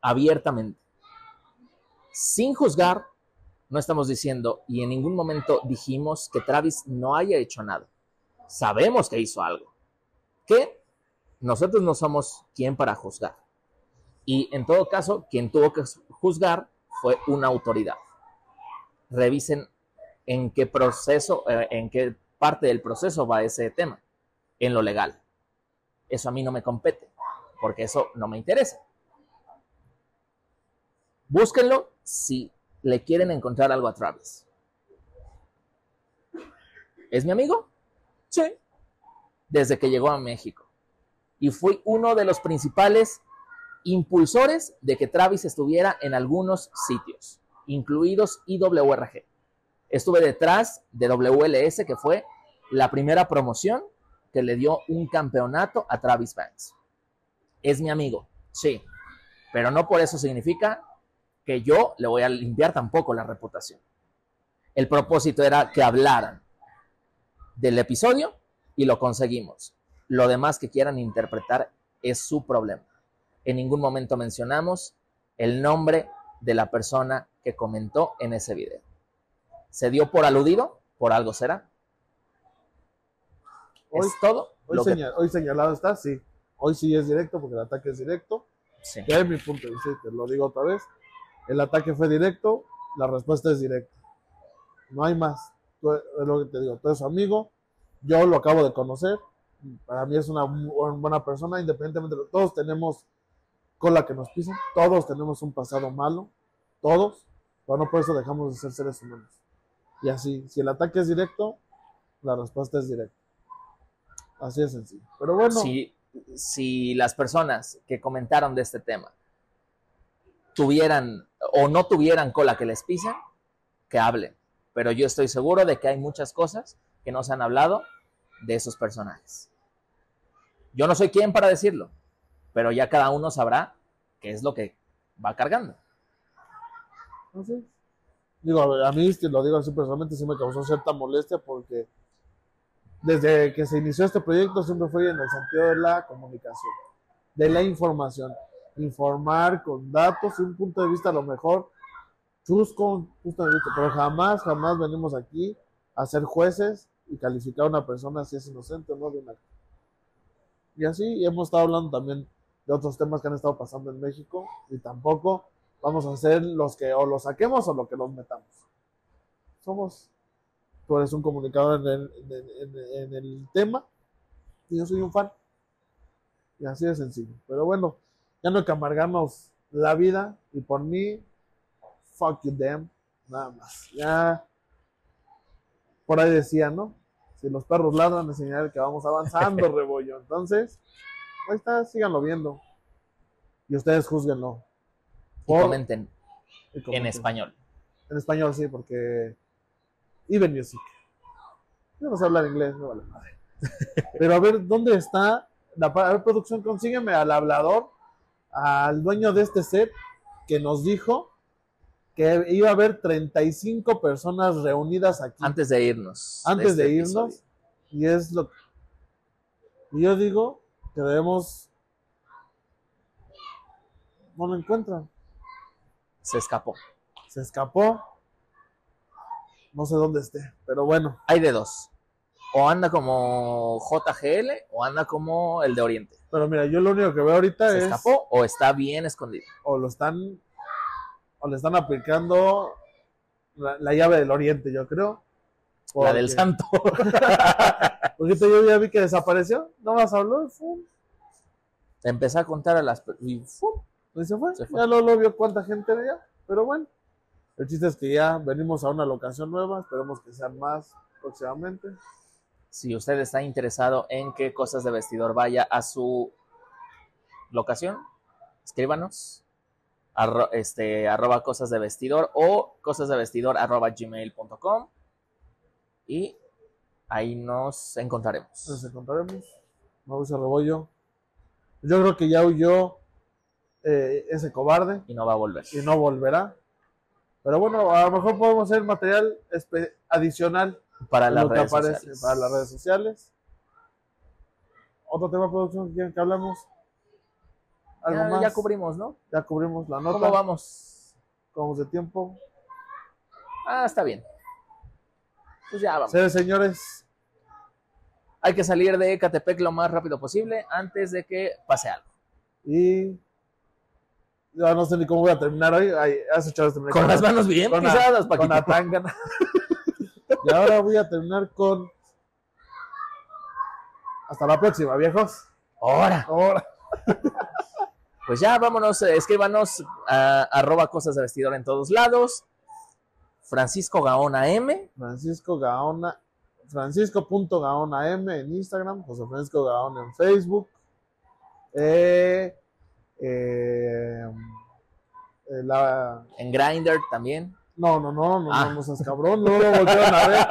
A: abiertamente, sin juzgar, no estamos diciendo y en ningún momento dijimos que Travis no haya hecho nada. Sabemos que hizo algo. Que nosotros no somos quien para juzgar. Y en todo caso, quien tuvo que juzgar fue una autoridad. Revisen en qué proceso, eh, en qué parte del proceso va ese tema, en lo legal. Eso a mí no me compete, porque eso no me interesa. Búsquenlo si le quieren encontrar algo a Travis. ¿Es mi amigo? Sí. Desde que llegó a México. Y fui uno de los principales impulsores de que Travis estuviera en algunos sitios, incluidos IWRG. Estuve detrás de WLS, que fue la primera promoción que le dio un campeonato a Travis Banks. Es mi amigo, sí, pero no por eso significa que yo le voy a limpiar tampoco la reputación. El propósito era que hablaran del episodio y lo conseguimos. Lo demás que quieran interpretar es su problema. En ningún momento mencionamos el nombre de la persona que comentó en ese video. ¿Se dio por aludido? ¿Por algo será?
B: Hoy-
A: es todo
B: Hoy,
A: lo que-
B: señal- hoy señalado está, sí. Hoy sí es directo porque el ataque es directo.
A: sí.
B: Ya es mi punto de vista, y te lo digo otra vez. El ataque fue directo, la respuesta es directa. No hay más. Tú- es lo que te digo, tú eres su amigo, yo lo acabo de conocer. Para mí es una bu- buena persona, independientemente. de- Todos tenemos cola que nos pisan, todos tenemos un pasado malo, todos, pero no por eso dejamos de ser seres humanos. Y así, si el ataque es directo, la respuesta es directa. Así es sencillo. Pero bueno,
A: si, si las personas que comentaron de este tema tuvieran o no tuvieran cola que les pisen, que hablen. Pero yo estoy seguro de que hay muchas cosas que no se han hablado de esos personajes. Yo no soy quien para decirlo, pero ya cada uno sabrá qué es lo que va cargando.
B: Entonces, digo, a ver, a mí, te lo digo así personalmente, sí me causó cierta molestia porque desde que se inició este proyecto siempre fue en el sentido de la comunicación, de la información. Informar con datos y un punto de vista a lo mejor chusco, un punto de vista, pero jamás, jamás venimos aquí a ser jueces y calificar a una persona si es inocente o no de un acto. Y así y hemos estado hablando también de otros temas que han estado pasando en México y tampoco vamos a ser los que o los saquemos o los que los metamos. Somos, tú eres un comunicador en el, en el- en el tema y yo soy un fan. Y así de sencillo. Pero bueno, ya no hay que amargarnos la vida y por mí, fuck you damn, nada más. Ya, por ahí decía, ¿no? Si los perros ladran, es señal que vamos avanzando, rebollo. Entonces, ahí está, síganlo viendo. Y ustedes juzguenlo.
A: Y
B: Por-
A: comenten
B: y
A: en
B: comenten.
A: español.
B: En español, sí, porque. Even Music. Yo no sé hablar inglés, no vale madre. Pero a ver, ¿dónde está la pa- a ver, producción? Consígueme al hablador, al dueño de este set, que nos dijo que iba a haber 35 personas reunidas aquí.
A: Antes de irnos.
B: Antes de
A: este
B: irnos.
A: episodio.
B: Y es lo y yo digo que debemos. No lo encuentran.
A: Se escapó.
B: Se escapó. No sé dónde esté, pero bueno.
A: Hay de dos. O anda como JGL o anda como el de Oriente.
B: Pero mira, yo lo único que veo ahorita
A: ¿Se
B: es
A: escapó o está bien escondido?
B: o lo están o le están aplicando la, la llave del oriente, yo creo.
A: La del
B: Porque-
A: santo.
B: Porque ahorita yo ya vi que desapareció, no más habló, fum,
A: Empezó a contar a las... per- y ¡fum!
B: y se fue.
A: Se fue.
B: Ya no lo vio cuánta gente había, pero bueno. El chiste es que ya venimos a una locación nueva, esperemos que sean más próximamente.
A: Si usted está interesado en qué cosas de vestidor vaya a su locación, escríbanos. Arro- este, arroba cosas de vestidor o cosas de vestidor arroba gmail.com y ahí nos encontraremos.
B: Nos encontraremos. Mauricio Rebollo. Yo creo que ya huyó eh, ese cobarde.
A: Y no va a volver.
B: y no volverá. Pero bueno, a lo mejor podemos hacer material espe- adicional
A: Para
B: en
A: las
B: lo que
A: redes
B: aparece
A: sociales.
B: para las redes sociales. Otro tema producción que quieren que hablamos. Algo
A: Ya,
B: más.
A: ya cubrimos, ¿no?
B: Ya cubrimos la nota.
A: ¿Cómo vamos?
B: ¿Cómo vamos de tiempo?
A: Ah, está bien. Pues ya vamos.
B: Señores, señores,
A: Hay que salir de Ecatepec lo más rápido posible antes de que pase algo.
B: y ya no sé ni cómo voy a terminar hoy. Ay, hace ocho horas terminé
A: Con las manos bien
B: con la-
A: pisadas,
B: con la
A: Paquito.
B: tangana. y ahora voy a terminar con Hasta la próxima, viejos.
A: Ahora.
B: Ahora.
A: Pues ya, vámonos, eh, escríbanos a arroba cosas de vestidor en todos lados. Francisco Gaona M.
B: Francisco Gaona, Francisco.gaonam en Instagram, José Francisco Gaona en Facebook. Eh, eh, eh, la-
A: En Grindr también.
B: no, no, no, no,
A: Ah.
B: no, no seas cabrón, no lo volvieron a ver.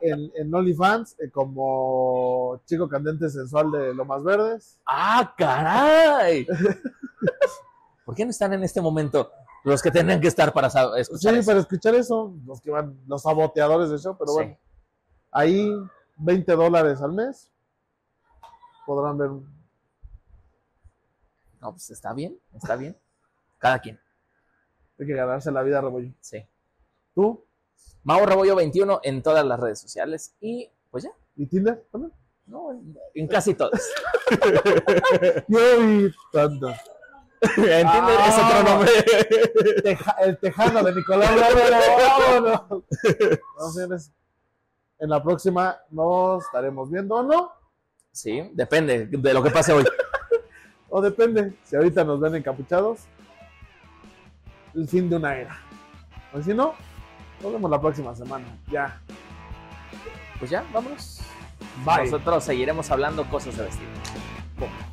B: En, en OnlyFans, eh, como chico candente sensual de Lomas Verdes.
A: ¡Ah, caray! ¿Por qué no están en este momento los que tenían que estar para sa-
B: Sí,
A: escuchar? eso?
B: para escuchar eso, los que van, los saboteadores de show, pero
A: pues, Sí.
B: bueno, ahí 20 dólares al mes. Podrán ver
A: No, pues está bien, está bien. Cada quien,
B: Hay que ganarse la vida, Rebollo.
A: sí.
B: ¿Tú?
A: Mau Rebollo 21 en todas las redes sociales y pues ya,
B: ¿Y Tinder también?
A: ¿no? En- En casi todas.
B: Yo y tanto.
A: en Tinder es
B: Ah.
A: otro nombre.
B: Teja- el tejano de Nicolás Romero. Vámonos. No, señores, En la próxima nos estaremos viendo o no.
A: Sí, depende de lo que pase hoy.
B: O depende. Si ahorita nos ven encapuchados, el fin de una era. O si no, nos vemos la próxima semana. Ya.
A: Pues ya, vámonos.
B: Bye.
A: Nosotros seguiremos hablando cosas de vestir. Boom.